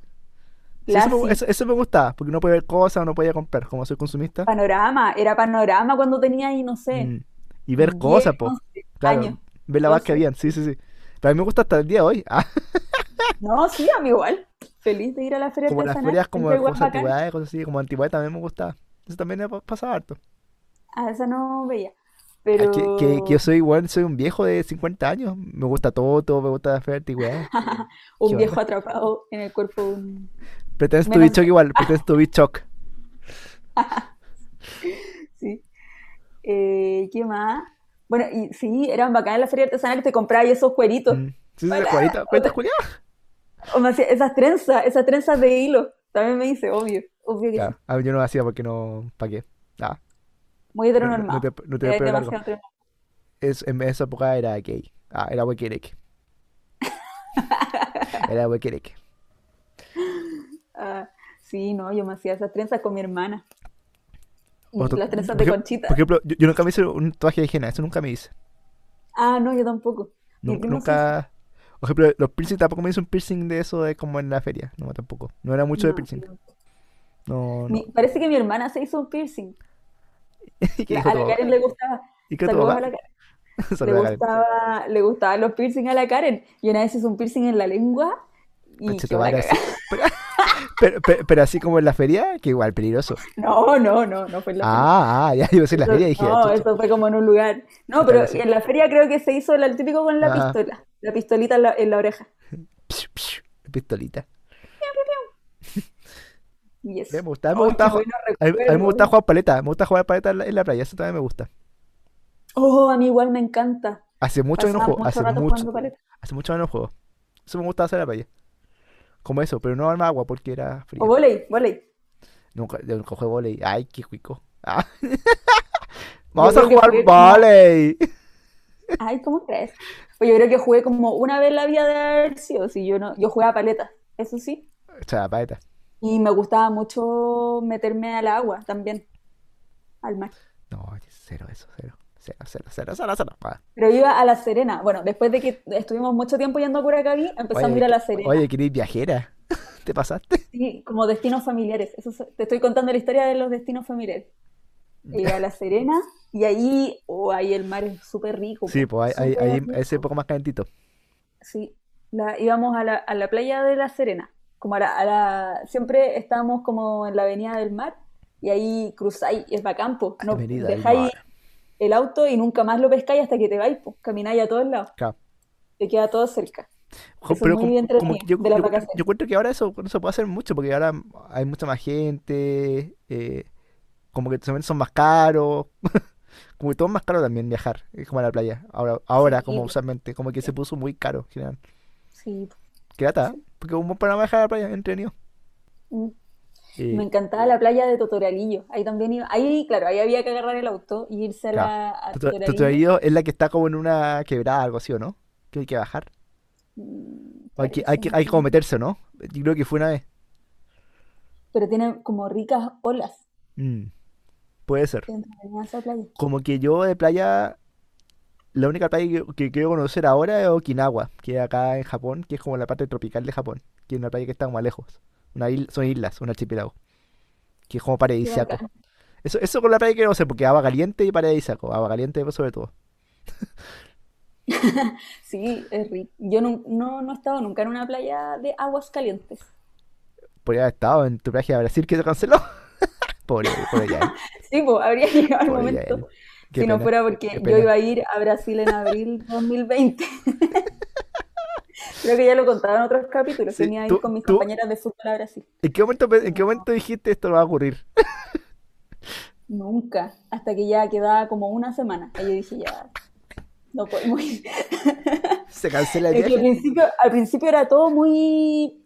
Sí, eso, me, Clásico. eso- eso me gustaba, porque no podía ver cosas, no podía comprar, como soy consumista. Panorama, era panorama cuando tenía ahí, no sé, Mm. Y ver 10, cosas, po. 11 Claro, años. ver la más que 12. habían, sí, sí, sí. Pero a mí me gusta hasta el día de hoy. Ah, No, sí, a mí igual. Feliz de ir a la feria como las artesanal. ferias como siempre de igual cosas bacán. antigüedades, cosas así, como antigüedades también me gustaba. Eso también me pa- pasaba harto. A esa no veía. Ah, que, que- que Pero yo soy igual, soy un viejo de 50 años. Me gusta todo, todo, me gusta las ferias de antigüedades. un ¿Qué viejo onda? atrapado en el cuerpo de un... Pretends to be Menos- shock igual, pretends to be shock. Sí. Eh, ¿qué más? Bueno, y sí, eran bacanas las ferias artesanales, te comprabas esos cueritos. Mm. Sí, sí, Hola, cuarita, cuarita, hola. O me hacía esas trenzas, esas trenzas de hilo. También me dice, obvio, obvio que sí. Claro, a mí Ah, yo no lo hacía porque no, ¿para qué? Ah, Muy no, no, no heteronormado. te- no te Es pelo largo. demasiado heteronormado. Es, en esa época era gay. Ah, era Huequereque. Era Huequereque. Ah, sí, no, yo me hacía esas trenzas con mi hermana. Y Otro- las trenzas por de ejemplo- conchita. Por ejemplo, yo, yo nunca me hice un tatuaje de henna, eso nunca me hice. Ah, no, yo tampoco. Mi Nun- primo sí nunca. Por ejemplo, los piercing tampoco me hice un piercing de eso de como en la feria. No, tampoco. No era mucho de No, piercing. no. No, no. Mi- parece que mi hermana se hizo un piercing. ¿Y qué La- dijo a tu la papá? Karen le gustaba. ¿Y qué dijo tu Saludos papá? a la Karen. Saluda a le Karen. gustaba, le gustaban los piercing a la Karen. Y una vez hizo un piercing en la lengua y Concha tu quedó la madre, cagada. así- Pero, pero- pero- pero así como en la feria, que igual, peligroso. No, no, no, no fue en la Ah, ah, ya iba a decir feria. la feria y dije, no, chucha. eso fue como en un lugar. No, Puta, pero la sí. en la feria creo que se hizo el típico con la Ah. pistola. La pistolita en la, en la oreja. Psh, psh, pistolita. Y eso. Me gusta, me Ay, gusta. qué bueno A mí, a mí me gusta recuerdo. jugar paleta, me gusta jugar paleta en la, en la playa, eso también me gusta. Oh, a mí igual me encanta. Hace mucho que no Pasaba juego, mucho hace rato mucho, jugando paleta. hace mucho que no juego. Eso me gusta hacer en la playa. Como eso, pero no arma agua porque era frío. O volei, volei. Nunca, yo nunca jugué volei. Ay, qué cuico. Ah. Vamos a creo que jugar jugué como- volei. Ay, ¿cómo crees? Pues yo creo que jugué como una vez la vida de haber sido, si yo no, yo jugaba paleta, eso sí. O sea, paleta. Y me gustaba mucho meterme al agua también, al mar. No, cero eso, cero. Cero, cero, cero, cero, cero. Ah. Pero iba a La Serena. Bueno, después de que estuvimos mucho tiempo yendo a Curacaví, empezamos a ir a La que- Serena. oye, que eres viajera. ¿Te pasaste? Sí, como destinos familiares. Eso es- te estoy contando la historia de los destinos familiares. Iba a La Serena y ahí, oh, ahí el mar es súper rico. Sí, po, pues ahí, ahí, súper ahí ese rico. poco más calentito. Sí, la, íbamos a la, a la playa de La Serena, como a la, a la- siempre estábamos como en la avenida del mar y ahí cruzáis, es bacampo, no Avenida del dejáis Mar. el auto y nunca más lo pescáis hasta que te vais, pues, camináis a todos lados, Claro. te queda todo cerca. Jo, Eso es Pero muy como, entretenido, como que yo, de las yo- vacaciones. yo encuentro que ahora eso no se puede hacer mucho porque ahora hay mucha más gente, eh, como que también son más caros, como que todo es más caro también viajar, es como a la playa, ahora, ahora Sí, como po. usualmente, como que se puso muy caro, en general. Sí, Qué lata, ¿eh? porque es un buen programa viajar a la playa, entretenido. mm. Eh, me encantaba la playa de Totoralillo, ahí también iba, ahí claro, ahí había que agarrar el auto y irse a Claro. la, a Tu- tu- tu Totoralillo. traído es la que está como en una quebrada, algo así, ¿o no? Que hay que bajar. Mm, O hay que, hay parece, que, no hay que como sé. meterse, ¿o ¿no? Yo creo que fue una vez. Pero tiene como ricas olas Mm, puede ser. dentro de esa playa. Como que yo de playa, la única playa que, que quiero conocer ahora es Okinawa, que es acá en Japón, que es como la parte tropical de Japón, que es una playa que está más lejos. Una isla- son islas, un archipiélago, que es como Qué paradisíaco. bacán. Eso, eso con la playa que no sé, porque agua caliente y paradisíaco, agua caliente pues, sobre todo. Sí, es rico. Yo nun- no, no, he estado nunca en una playa de aguas calientes. Podría haber estado en tu viaje a Brasil que se canceló. Pobre, pobre Yael, Sí, pues habría llegado el pobre Yael. momento. Qué si no pena, fuera qué porque yo pena. iba a ir a Brasil en abril 2020. Creo que ya lo contaba en otros capítulos. Sí, Tenía que tú- ir con mis tú- compañeras de fútbol a Brasil. ¿En qué momento, pe- en qué momento dijiste esto va a ocurrir? Nunca. Hasta que ya quedaba como una semana. Ahí yo dije, ya, no podemos ir. Se cancela el Es que al viaje. principio, al principio era todo muy...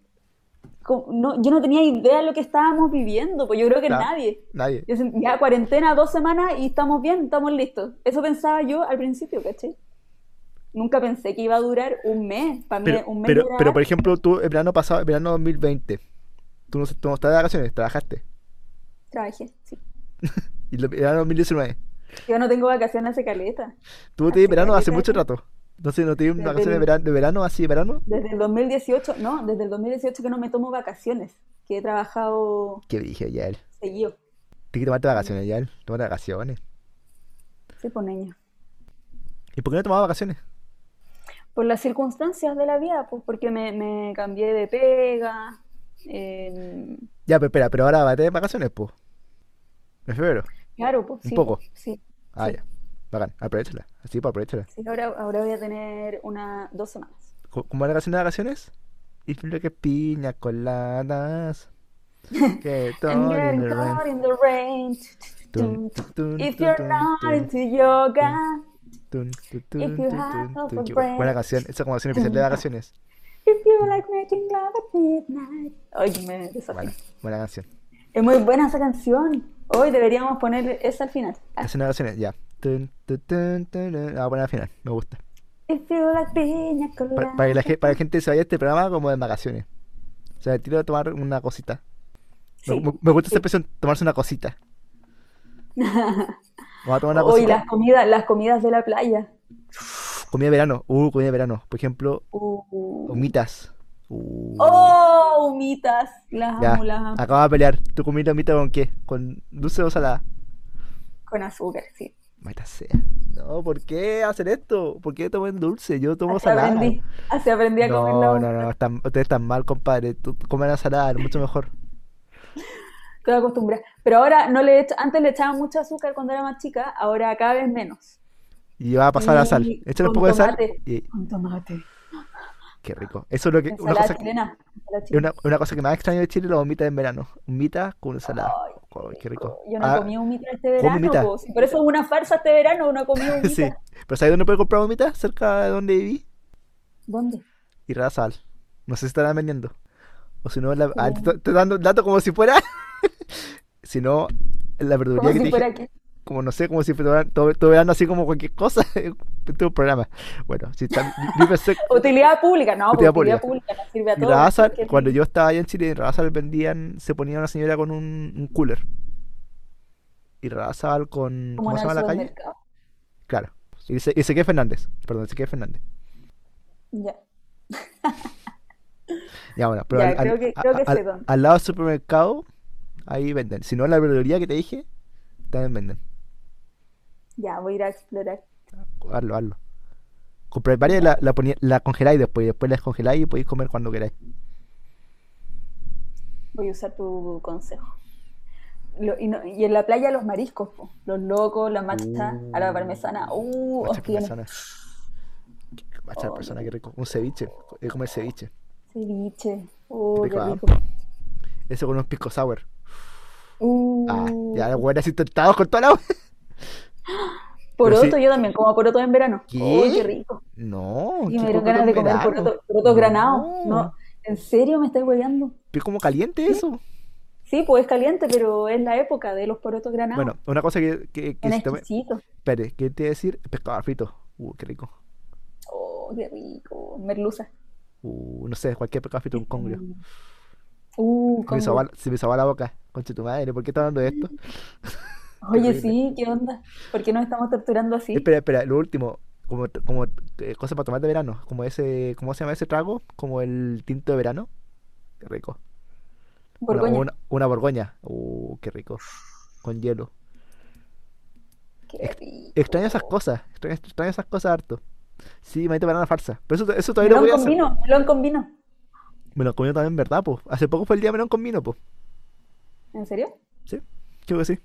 co- No, yo no tenía idea de lo que estábamos viviendo, pues yo creo que Claro. nadie. Nadie. Yo sent- ya cuarentena, dos semanas y estamos bien, estamos listos. Eso pensaba yo al principio, ¿cachai? Nunca pensé que iba a durar un mes. Para mí, Pero, un mes pero, dura pero por harto. ejemplo, tú el verano pasado, el verano 2020, tú no, tú no estás de vacaciones, trabajaste. Trabajé, sí. Y lo- el verano 2019, Yo no tengo vacaciones hace caleta. tú te di Hace verano hace caleta, mucho ¿no? rato. Entonces no te di Desde vacaciones de el- verano, de verano, así de verano. Desde el 2018, no, desde el 2018 que no me tomo vacaciones, que he trabajado Qué dije, Yael. seguido, Tienes que tomarte vacaciones, Yael. Tomate vacaciones. sí, por niño. ¿Y por qué no tomabas vacaciones? Por las circunstancias de la vida, pues porque me, me cambié de pega. em, Ya, pero espera, pero ahora va a tener vacaciones, pues. En febrero. claro, pues Un sí, poco. pues, sí. Ah, Sí. ya. Bacán, aprovechala. Así, pues aprovechala. Sí, ahora, ahora voy a tener una, dos semanas. Co- Como la canción de vacaciones. Y creo que piña coladas. Que I'm todo in getting the rain. caught in the rain. Tun, tun, If tun, you're tun, not tun, into yoga, tun, tun, if tun, you tun, have tun, tun. a Qué bu- friend. Buena canción. Esa como canción especial de vacaciones. if you like making love at midnight. Ay, me desafío. Buena, buena canción. Es muy buena esa canción. Hoy deberíamos poner esa al final. Ah, Canción de vacaciones, ya. Tun, tun, tun, tun, tun. Ah, buena al final. Me gusta. If you like piña Para, colada. para que la, ge- para que la gente se vaya a este programa como de vacaciones. O sea, tiro a tomar una cosita. Me- Sí. Me, me gusta sí. esta expresión, tomarse una cosita. Vamos a tomar una Oh, y cosita. las comidas, las comidas de la playa. Comida de verano. Uh, comida de verano. Por ejemplo, Uh. humitas. Uh. Oh, humitas. Las Ya. Ah. amo, las amo. Acabas de pelear. ¿Tú comiste humita con qué? ¿Con dulce o salada? Con azúcar, sí. Mata sea. No, ¿por qué hacen esto? ¿Por qué toman dulce? Yo tomo Así salada. aprendí, así aprendí a comer la No, humita. no, no, están- ustedes están mal, compadre. Tú comen la salada, es mucho mejor. Estoy acostumbrada. Pero ahora no le echo, antes le echaba mucho azúcar cuando era más chica, ahora cada vez menos. Y va a pasar la sal. Y Échale un con poco de sal. tomate. Y Con tomate. qué rico. Eso es lo que, una Ensalada cosa, que- chilena. ensalada es chilena. una, una cosa que más extraño de Chile, la humita en verano. Humita con salada. Ay, qué rico. Yo no Ah, comí humita este ¿cómo verano, humita? po. Si por eso es una farsa este verano, no comí humita. sí. Pero ¿sabes dónde puedo comprar humita? Cerca de donde viví. ¿Dónde? Y rara sal. No sé si estarán vendiendo. O si no, la- ah, Sí. te estoy- te estoy dando dato como si fuera. si no, la Como verdulería que te si dije. fuera aquí. como no sé, como si fuera todo, todo verano así como cualquier cosa en tu programa. Bueno, si están, yo pensé, Utilidad pública, no, Utilidad utilidad, utilidad pública. nos sirve a en todos. Razal, porque- cuando yo estaba allá en Chile, en Razal vendían, se ponía una señora con un, un cooler. Y Razal con, como ¿cómo en se el llama la calle? supermercado. Claro. Y se, y Ezequiel Fernández, perdón, Ezequiel Fernández. Ya. Ya bueno, pero Ya, al, al- creo que- a- creo que al- sé dónde. al lado del supermercado, ahí venden. Si no, en la verdulería que te dije, también venden. Ya, voy a ir a explorar. Hazlo, hazlo. Compráis varias, la, la, ponía- la congeláis después, y después la descongeláis y podéis comer cuando queráis. Voy a usar tu consejo. Lo- y, no- y en la playa los mariscos, po. los locos, la macha Uh. a la parmesana. Uh, Macha ostiones. persona. Macha Oh, persona, qué rico. Un ceviche. Es comer ceviche. Ceviche. Uh, Qué qué rico, ¿ah? rico. Eso con unos pisco sour. Uh, Ah, ya, los buenas intentados con toda la. poroto, pero sí. yo también como poroto en verano. ¿Qué? Uy, qué rico. No. Y qué me dieron poroto ganas de en comer verano. poroto, poroto granado. No, No. ¿en serio me estáis hueveando? Es como caliente eso. Sí, pues es caliente, pero es la época de los porotos granados. Bueno, una cosa que. que, que Son se tome- exquisitos. Espere, ¿qué te iba a decir? Pescado frito. Uh, qué rico. Oh, qué rico. Merluza. Mm. Uh, no sé, cualquier pescado frito, un congrio. Uh, Se me, cómo- soba, se me soba la boca. Concha tu madre, ¿por qué estás hablando de esto? Oye, terrible. sí, ¿qué onda? ¿Por qué nos estamos torturando así? Espera, espera, lo último, como, como eh, cosa para tomar de verano, como ese, ¿cómo se llama ese trago? Como el tinto de verano. Qué rico. Una Borgoña. Una, una borgoña. Uh, qué rico. Con hielo. Qué rico. Extraño esas cosas, extraño, extraño esas cosas harto. Sí, manito banana farsa. Pero eso, eso todavía lo Melón voy a con hacer. vino, melón con vino. Melón con vino también, ¿verdad, po? Hace poco fue el día de melón con vino, po. ¿En serio? Sí, creo que sí.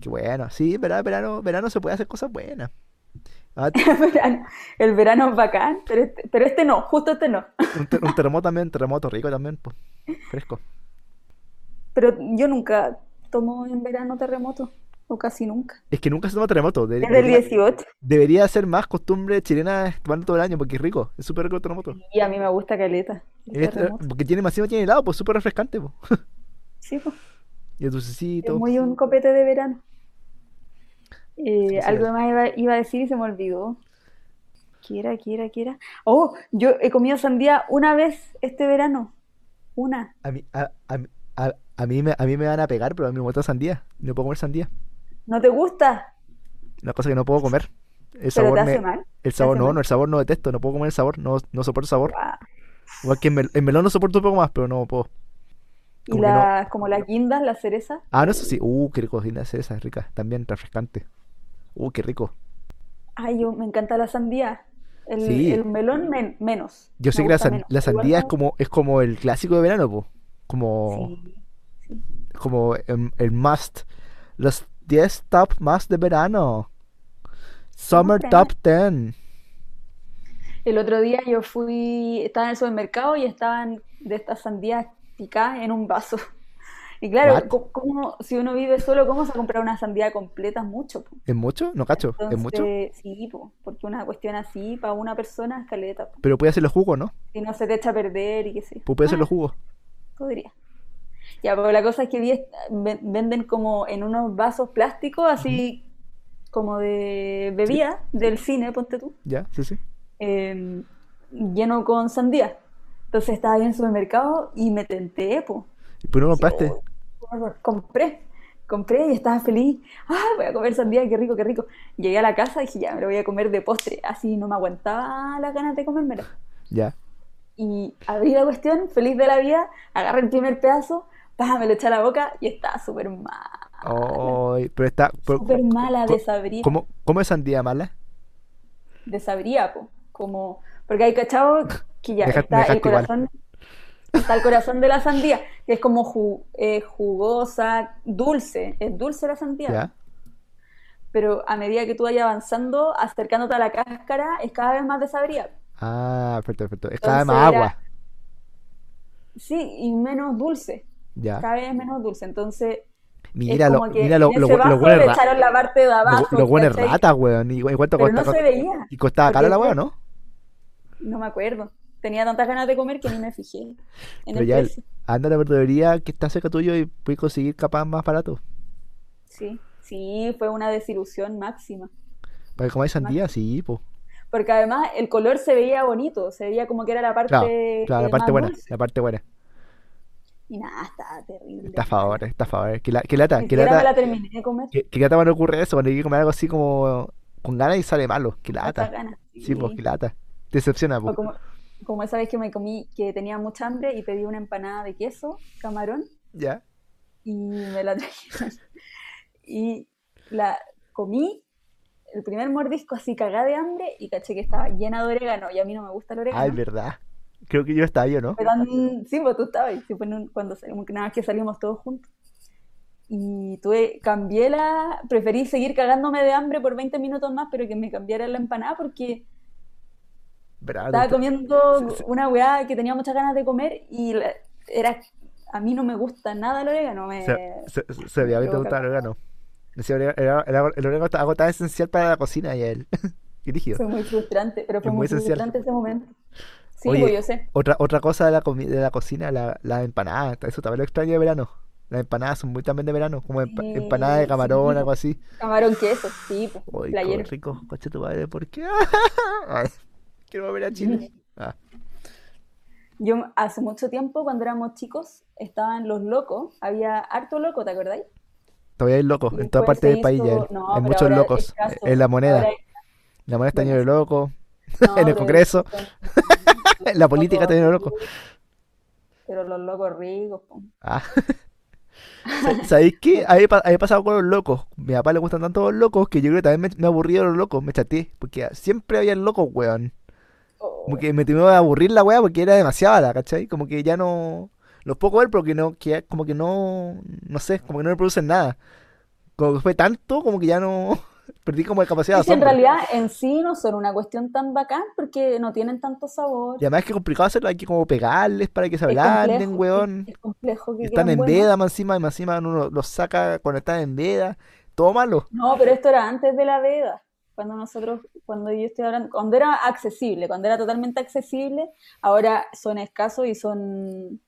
Qué bueno, sí, ¿verdad? Verano, verano se puede hacer cosas buenas. Ah, El verano, el verano es bacán, pero este, pero este no, justo este no. un, ter- un terremoto también, terremoto rico también, po. Fresco. Pero yo nunca tomo en verano terremoto, o casi nunca. Es que nunca se toma terremoto. de- Es del debería- 18 Debería ser más costumbre chilena tomar todo el año porque es rico, es súper rico el terremoto. y a mí me gusta caleta. El Es- este, terremoto. porque tiene masivo, tiene helado, pues súper refrescante. po. Sí, pues, Y el es dulcecito. muy un copete de verano. Eh, Sí, sí, algo es. más iba, iba a decir y se me olvidó. Quiera, quiera, quiera. Oh, yo he comido sandía una vez este verano. Una. A mí, a, a, a- a mí me, a mí me van a pegar, pero a mí me gusta sandía. No puedo comer sandía. ¿No te gusta? Una cosa que no puedo comer. El ¿Pero te sabor hace me- mal? El sabor, hace no, mal? no, el sabor no detesto, no puedo comer el sabor, no, no soporto el sabor. Ah, Igual que en, mel- en melón no soporto un poco más, pero no puedo. Y Como que no. las, como las guindas, las cerezas. Ah, no, eso sí. Uh, qué rico, linda esa es rica, también refrescante. Uh, qué rico. Ay, yo, me encanta la sandía. El, Sí. el melón men- menos. Yo Me sé que la, gusta san- menos. la Igual sandía es no- como, es como el clásico de verano, po. Como, Sí. como em, el, must. Los 10 top más de verano. Summer Súper. top 10. El otro día yo fui, estaba en el supermercado y estaban de estas sandías picadas en un vaso. Y What? claro, co- como, si uno vive solo, ¿cómo se comprar una sandía completa? Es Mucho, po. ¿Es mucho? No cacho, ¿es mucho? Entonces, sí, po, porque una cuestión así para una persona es caleta, po. Pero puede hacer los jugos, ¿no? Si no se te echa a perder y qué sé yo. Puede hacer Ah, los jugos. Podría. Ya, pero la cosa es que vi, esta- ven- venden como en unos vasos plásticos, así como de bebida del cine, ponte tú, ¿Ya? Sí, sí. eh, lleno con sandía. Entonces estaba ahí en el supermercado y me tenté, po. ¿Y por qué no compraste? Compré, compré y estaba feliz. Ah, voy a comer sandía, qué rico, qué rico. Llegué a la casa y dije, ya, me lo voy a comer de postre. Así no me aguantaba las ganas de comérmelo. Ya. Y abrí la cuestión, feliz de la vida, agarré el primer pedazo, pa, me lo eché a la boca y estaba súper mala. Ay, pero está. pero- Ah, Súper mala, co- desabrida. ¿Cómo, ¿Cómo es sandía mala? Desabría, po. Como, porque hay cachado que ya Deja- está el dejaste igual. corazón, está el corazón de la sandía, que es como ju- eh, jugosa, dulce, es dulce la sandía. ¿Ya? pero a medida que tú vayas avanzando, acercándote a la cáscara, es cada vez más desabrida. Ah, perfecto, perfecto. Es cada vez Entonces más era- agua. Sí, y menos dulce, Ya. cada vez menos dulce. Entonces, Mira, es lo, como que mira lo, en lo, ese lo, vaso huele le ra- echaron la parte de abajo, lo- lo huele ¿cachai? rata, weón. ¿Y, cu- y cuánto Pero no costaba? se veía. Y costaba porque cara la yo- weá, ¿no? No me acuerdo. Tenía tantas ganas de comer que ni me fijé en Pero el ya el- precio. anda a la verdulería que está cerca tuyo y puedes conseguir capaz más barato. Sí, sí, fue una desilusión máxima. Para que comáis sandía, sí, po. Porque además el color se veía bonito, se veía como que era la parte Claro, claro, la eh, parte más buena, dulce. la parte buena. Y nada, estaba terrible. Está a favor, está a favor. Qué, la- qué lata, Ni qué siquiera me lata. la terminé de comer. Qué, qué lata cuando ocurre eso, cuando hay que comer algo así como con ganas y sale malo. Qué lata. Hartas ganas, Sí, po, sí. qué lata. Te decepciona, O po. como, como esa vez que me comí, que tenía mucha hambre y pedí una empanada de queso, camarón, Ya. y me la trajeron. Y la comí, el primer mordisco así cagada de hambre y caché que estaba llena de orégano y a mí no me gusta el Ay, orégano. Ah, verdad. Creo que yo estaba yo, ¿no? Pero, mm, sí, pues tú estabas ahí, sí, pues, en un- cuando salimos, nada más que salimos todos juntos. Y tuve, cambié la, preferí seguir cagándome de hambre por 20 minutos más, pero que me cambiaran la empanada porque... Verdad, Estaba Ah, tú- comiendo una weá que tenía muchas ganas de comer y la- era. A mí no me gusta nada el orégano. Me... Se, se, se- se veía que te provoca gustaba el orégano. Decía, "Orega- el, orégano- el orégano está algo tan esencial para la cocina y él. Qué rígido. Fue muy frustrante, pero fue Es muy muy esencial. frustrante ese momento. Sí, Oye, pues yo sé. Otra, otra cosa de la, comi- de la cocina, la, las empanadas. Eso también lo extraño de verano. Las empanadas son muy también de verano, como empa- Sí, empanadas de camarón, sí. algo así. Camarón queso, sí, pues, Uy, qué playero. rico, coche tu madre, ¿por qué? Ay, quiero volver a Chile. Ah, Yo hace mucho tiempo, cuando éramos chicos, estaban los locos. Había harto loco, ¿te acordáis? todavía hay locos, Y en todas después partes se del país ya hizo- hay, no, hay pero muchos ahora es locos. escaso. En la moneda, Ahora es- la moneda está llena de locos. no, En el pero Congreso. son- La política está llena de locos. Pero los locos ricos, po. Ah. Sa- ¿Sabéis qué? A mí me pa- a mí me ha pasado con los locos. A mi papá le gustan tanto los locos que yo creo que también me, me aburrí de los locos, me chateé. Porque siempre había locos, weón. Oh. Como que me terminó de aburrir la weá porque era demasiada la, ¿cachai? Como que ya no. Los puedo ver porque no. Que, como que no. No sé, como que no me producen nada. Como que fue tanto, como que ya no. Perdí como la capacidad de Es que en asombro. realidad en sí no son una cuestión tan bacán porque no tienen tanto sabor. Y además que es complicado hacerlo, hay que como pegarles para que se Es ablanden, complejo, weón. Es, es complejo que Están queden en buenos. veda, más encima, más encima uno los saca cuando están en veda. Todo malo. No, pero esto era antes de la veda. Cuando nosotros, cuando yo estoy hablando, cuando era accesible, cuando era totalmente accesible, ahora son escasos y son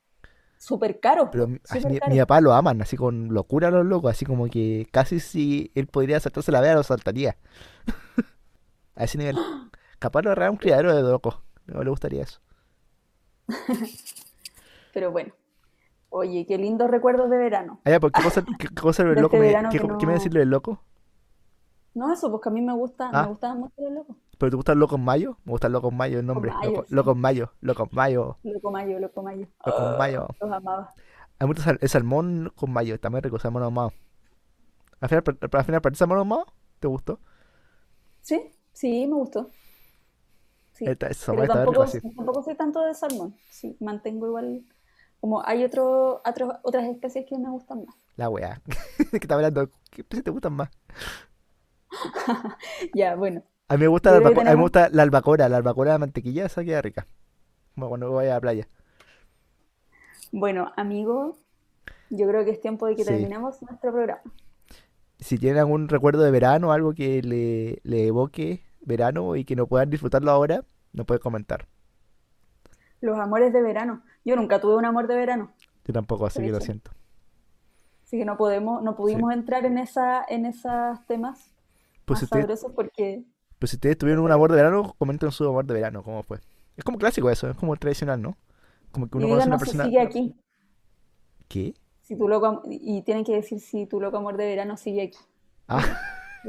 súper caros. Pero po, mi, así súper mi- caros. mi papá lo aman, así con locura los locos, así como que casi si él podría saltarse la vea, lo saltaría. A ese nivel. Capaz lo agarrar un criadero de locos. No le gustaría eso. Pero bueno, oye, qué lindos recuerdos de verano. Ah, ya, pues, ¿qué cosa, qué, qué cosa del De loco? este me- verano qué, que co- qué me no- decís del loco? No, eso, porque a mí me gusta, Ah. me gustaban mucho los locos. ¿Pero te gustan locos mayo? Me gustan locos mayo el nombre. mayo, Loco- sí. Ah. Locos mayo, locos mayo, Loco Mayo, Loco Mayo. locos mayo. Los amaba. Hay mucho sal- el salmón con mayo, está muy rico, salmón ahumado. Al final, per- al final, ¿para el salmón ahumado? ¿Te gustó? Sí, sí, me gustó. Sí. Está- ese salmón Pero está rico tampoco, así. tampoco soy tanto de salmón. Sí, mantengo igual. Como hay otro, otro- otras especies que me gustan más. La weá. ¿De qué está hablando? ¿Qué especies te gustan más? Ya, bueno. A mí me gusta Yo la, creo albaco- que a mí me tenemos- gusta la albacora, la albacora de mantequilla, esa queda rica. Como cuando voy a la playa. Bueno, amigos, yo creo que es tiempo de que Sí. terminemos nuestro programa. Si tienen algún recuerdo de verano, algo que le, le evoque verano y que no puedan disfrutarlo ahora, nos pueden comentar. Los amores de verano. Yo nunca tuve un amor de verano, Yo tampoco, así que lo Parece. siento. así que no podemos, no pudimos entrar en esa, en esos temas. Pues si más ustedes, sabroso porque pues si ustedes tuvieron un amor de verano, comenten su amor de verano, cómo fue. Es como clásico eso, es como tradicional, ¿no? Como que mi uno conoce vida a no una se persona. sigue aquí. ¿Qué? Si tu loco am- y tienen que decir si tu loco amor de verano sigue aquí. Ah,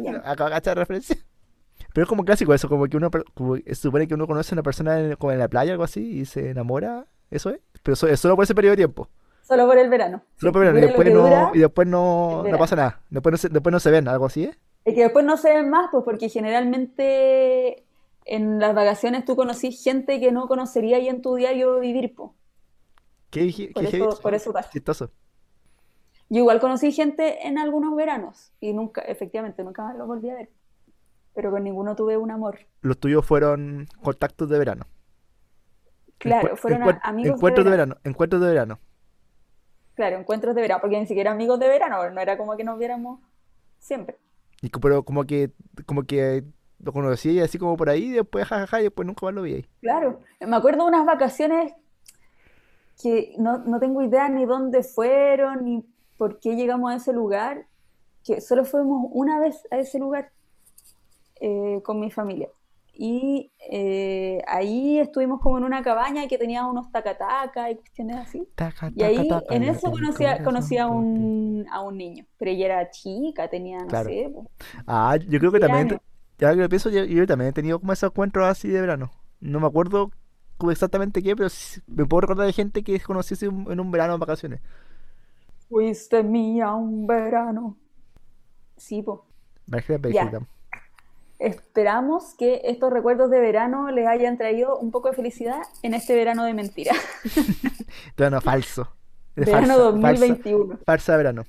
Ya. acabo de cachar la referencia. Pero es como clásico eso, como que uno per- como que se supone que uno conoce a una persona en, como en la playa o algo así y se enamora, eso es. Pero eso es solo por ese periodo de tiempo. Solo por el verano. Solo Sí, por el verano, dure y lo que después no, dura, y después el no, no verano. pasa nada. Después no se, después no se ven, algo así, ¿eh? Es que después no se ven más, pues porque generalmente en las vacaciones tú conocís gente que no conocería ahí en tu diario vivir, pues. Qué, dije- Por qué heavy, eso, por eso pasa. chistoso. Yo igual conocí gente en algunos veranos y nunca, efectivamente, nunca más los volví a ver. Pero con ninguno tuve un amor. Los tuyos fueron contactos de verano. Claro, Encu- fueron a- encuent- amigos de encuentros de verano. verano, encuentros de verano. Claro, encuentros de verano, porque ni siquiera amigos de verano, no era como que nos viéramos siempre. Y co- pero como que, como que lo conocí y así como por ahí, y después jajaja, y después nunca más lo vi ahí. Claro, me acuerdo unas vacaciones que no, no tengo idea ni dónde fueron, ni por qué llegamos a ese lugar, que solo fuimos una vez a ese lugar eh, con mi familia. Y eh, ahí estuvimos como en una cabaña que tenía unos tacataca y cuestiones así. Taca, Y taca, ahí taca, en ya eso mi conocí a, conocí corazón a por ti. un, a un niño, pero ella era chica, tenía, no Claro. sé, pues, Ah, yo creo que 20 también, te- años. ya que lo pienso, yo, yo también he tenido como esos encuentros así de verano. No me acuerdo como exactamente qué, pero sí- me puedo recordar de gente que conocí así un- en un verano en vacaciones. Fuiste mía un verano. Sí, pues. Margarita Ya. Bechtel. Esperamos que estos recuerdos de verano les hayan traído un poco de felicidad en este verano de mentira. Verano falso. De Verano falsa, falsa, 2021. falsa verano.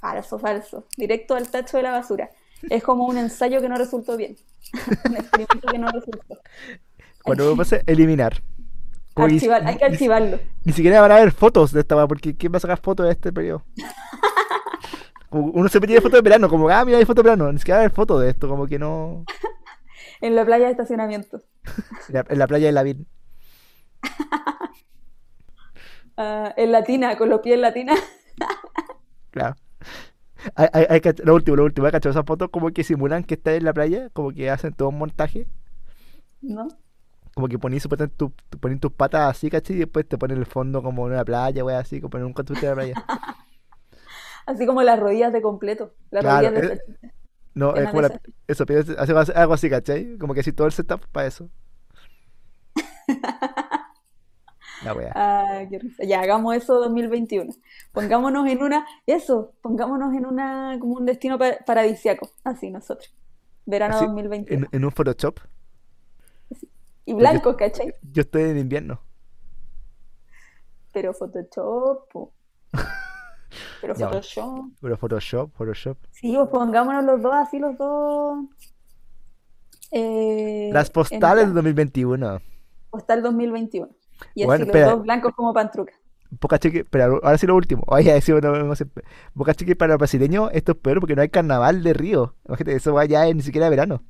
Falso, falso. Directo al tacho de la basura. Es como un ensayo que no resultó bien. Un experimento que no resultó. Cuando lo pase, eliminar. Como que ni, Archivar, hay que ni- archivarlo. ni siquiera van a haber fotos de esta, weá, porque ¿quién va a sacar fotos de este periodo? Como uno se pide fotos de verano, como, ah, mira, hay fotos de verano. Ni siquiera va a haber fotos de esto, como que no. En la playa de estacionamiento. En la, en la playa de Lavín. Ah, en latina, con los pies en latina. Claro. Hay, hay- hay cach- lo último, lo último, hay cachado esas fotos como que simulan que estás en la playa, como que hacen todo un montaje, ¿No? como que ponen, supuestamente tu, tu- ponen tus patas así, ¿cachai? Y después te ponen el fondo como en una playa, wey, así, como en un constructo de la playa. Así como las rodillas de completo. Las Claro, rodillas de eh, no, en es una como de la, esas. eso, pero es- hace- hace algo así, ¿cachai? Como que así todo el setup para eso. La wea. Ah, qué risa. Ya, hagamos eso 2021. Pongámonos en una, eso, pongámonos en una, como un destino pa- paradisiaco, así nosotros. Verano Así, en, 2021. en un Photoshop, Y pero yo, blanco, ¿cachai? yo estoy en invierno. Pero Photoshop, po. pero Ya, bueno, Photoshop. pero Photoshop, Photoshop. Sí, pues pongámonos los dos, así los dos, eh, Las en postales de blanco, 2021. hasta el 2021. Y Bueno, así los espera, dos blancos como pantruca. Boca Chica, pero ahora sí lo último. Oye, sí, bueno, no sé. Boca Chica para los brasileños, esto es peor porque no hay carnaval de Río. Imagínate, eso va ya en- ni siquiera verano.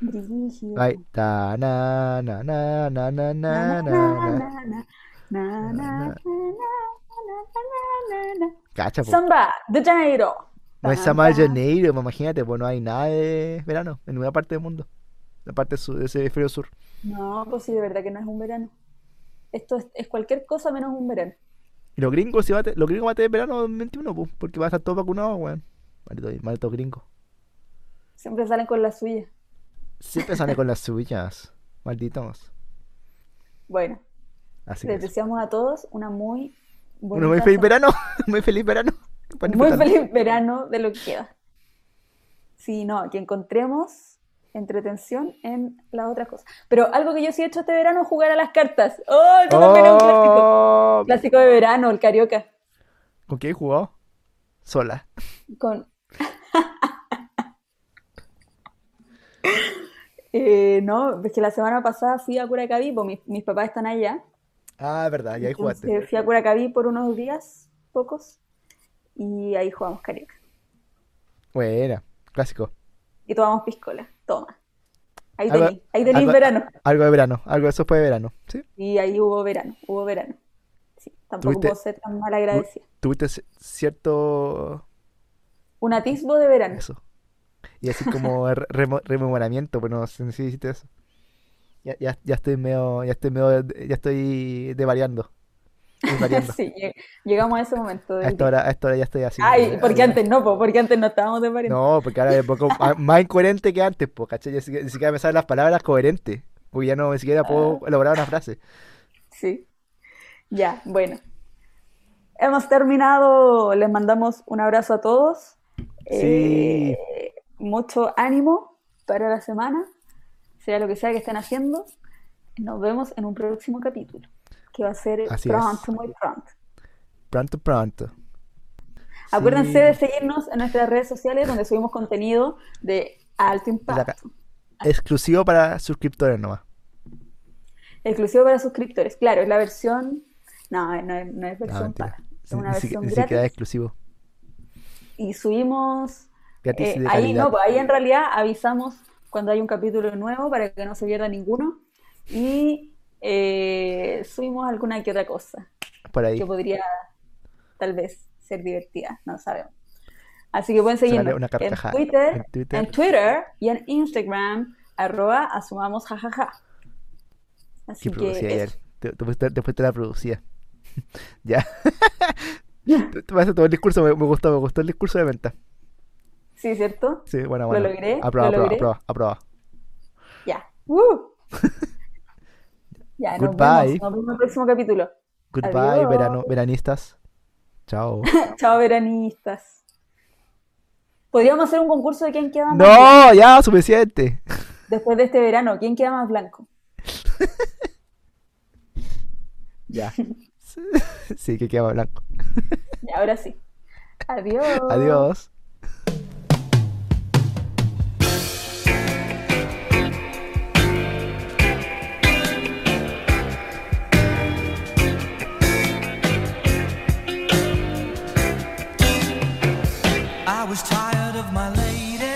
Brígido. Ay, ta, na, na, na, na, na, na, Na, na, na, na, na, na, na. Na, na, na, na, na. na, na, na, na. Cacha, po. Samba de Janeiro. No es Pam, Samba de pam. Janeiro, po, imagínate, pues no hay nada de verano en ninguna parte del mundo. La parte sur, de ese hemisferio sur. No, pues sí, de verdad que no es un verano. Esto es, es cualquier cosa menos un verano. Y los gringos, si va a te- los gringos van a tener verano 2021, pues, porque van a estar todos vacunados, weón. Malditos malditos gringos. Siempre salen con la suya. Siempre salen con las suyas. Malditos. Bueno, Así que les eso. deseamos a todos una muy Bueno, muy bonita feliz semana. verano. Muy feliz verano. Para Muy disfrutarlo. feliz verano de lo que queda. Sí, no, que encontremos entretención en las otras cosas. Pero algo que yo sí he hecho este verano es jugar a las cartas. ¡Oh, eso también es un clásico! ¡Oh! Clásico de verano, el carioca. ¿Con quién jugó? Sola. Con... Eh, no, es que la semana pasada fui a Curacaví, pues mis, mis papás están allá, Ah, verdad, y ahí jugaste. entonces fui a Curacaví por unos días, pocos, y ahí jugamos carioca. Buena, clásico. Y tomamos piscola, toma. Ahí Algo, tenéis, ahí tenéis algo, verano. algo de verano, algo de eso fue de verano, ¿sí? Y ahí hubo verano, hubo verano. Sí, tampoco puedo Tuviste, ser tan mal tu- agradecida. tuviste ci- cierto... Un atisbo de verano. Eso. Y así como re- remo- rememoramiento, pero no sé si hiciste eso. Ya, ya, ya estoy medio, ya estoy medio, ya estoy devariando. desvariando. Sí, lleg- llegamos a ese momento. A del esta día. hora, a esta hora ya estoy así. ¿eh? Ay, así- porque antes no, po, porque antes no estábamos de pariente. No, porque ahora es un poco ma- más incoherente que antes, pues, ¿cachai? Ya Ni siquiera ni siquiera me salen las palabras coherentes, porque ya no ni siquiera puedo Ah. elaborar una frase. Sí. Ya, bueno. Hemos terminado. Les mandamos un abrazo a todos. Sí. Eh, mucho ánimo para la semana, sea lo que sea que estén haciendo. Nos vemos en un próximo capítulo, que va a ser Así es. pronto, muy pronto. Pronto, pronto. Acuérdense Sí. de seguirnos en nuestras redes sociales donde subimos contenido de alto impacto, Exclusivo para suscriptores nomás. exclusivo para suscriptores. Claro, es la versión... No, no, es- no es No, versión Ah, mentira. paga, es Ni, una ni siquiera, versión ni siquiera gratis. exclusivo. Y subimos... Gratis eh, y de ahí calidad. no, pues ahí en realidad avisamos cuando hay un capítulo nuevo para que no se pierda ninguno. Y eh, subimos alguna que otra cosa por ahí. que podría tal vez ser divertida, no sabemos. Así que pueden Sonaré seguirnos una en carcajada. Twitter, En Twitter. en Twitter y en Instagram, arroba asumamos jajaja. Así Sí, producía que ayer. eso. Te- te fuiste- Después te la producía. ya. Te- te vas a tomar el discurso, me, me gustó, me gustó el discurso de venta. Sí, ¿cierto? Sí, bueno, Lo bueno. logré, lo Aprobado, aprobado, logré. aprobado, aprobado. Ya. ¡Woo! ya, nos Goodbye. vemos. Nos vemos en el próximo capítulo. Goodbye, Adiós. verano, veranistas. Chao. Chao, veranistas. Podríamos hacer un concurso de quién queda más blanco. no, ya, suficiente. Después de este verano, ¿quién queda más blanco? Ya. sí, que quedaba blanco. Y ahora sí. Adiós. Adiós. I was tired of my lady.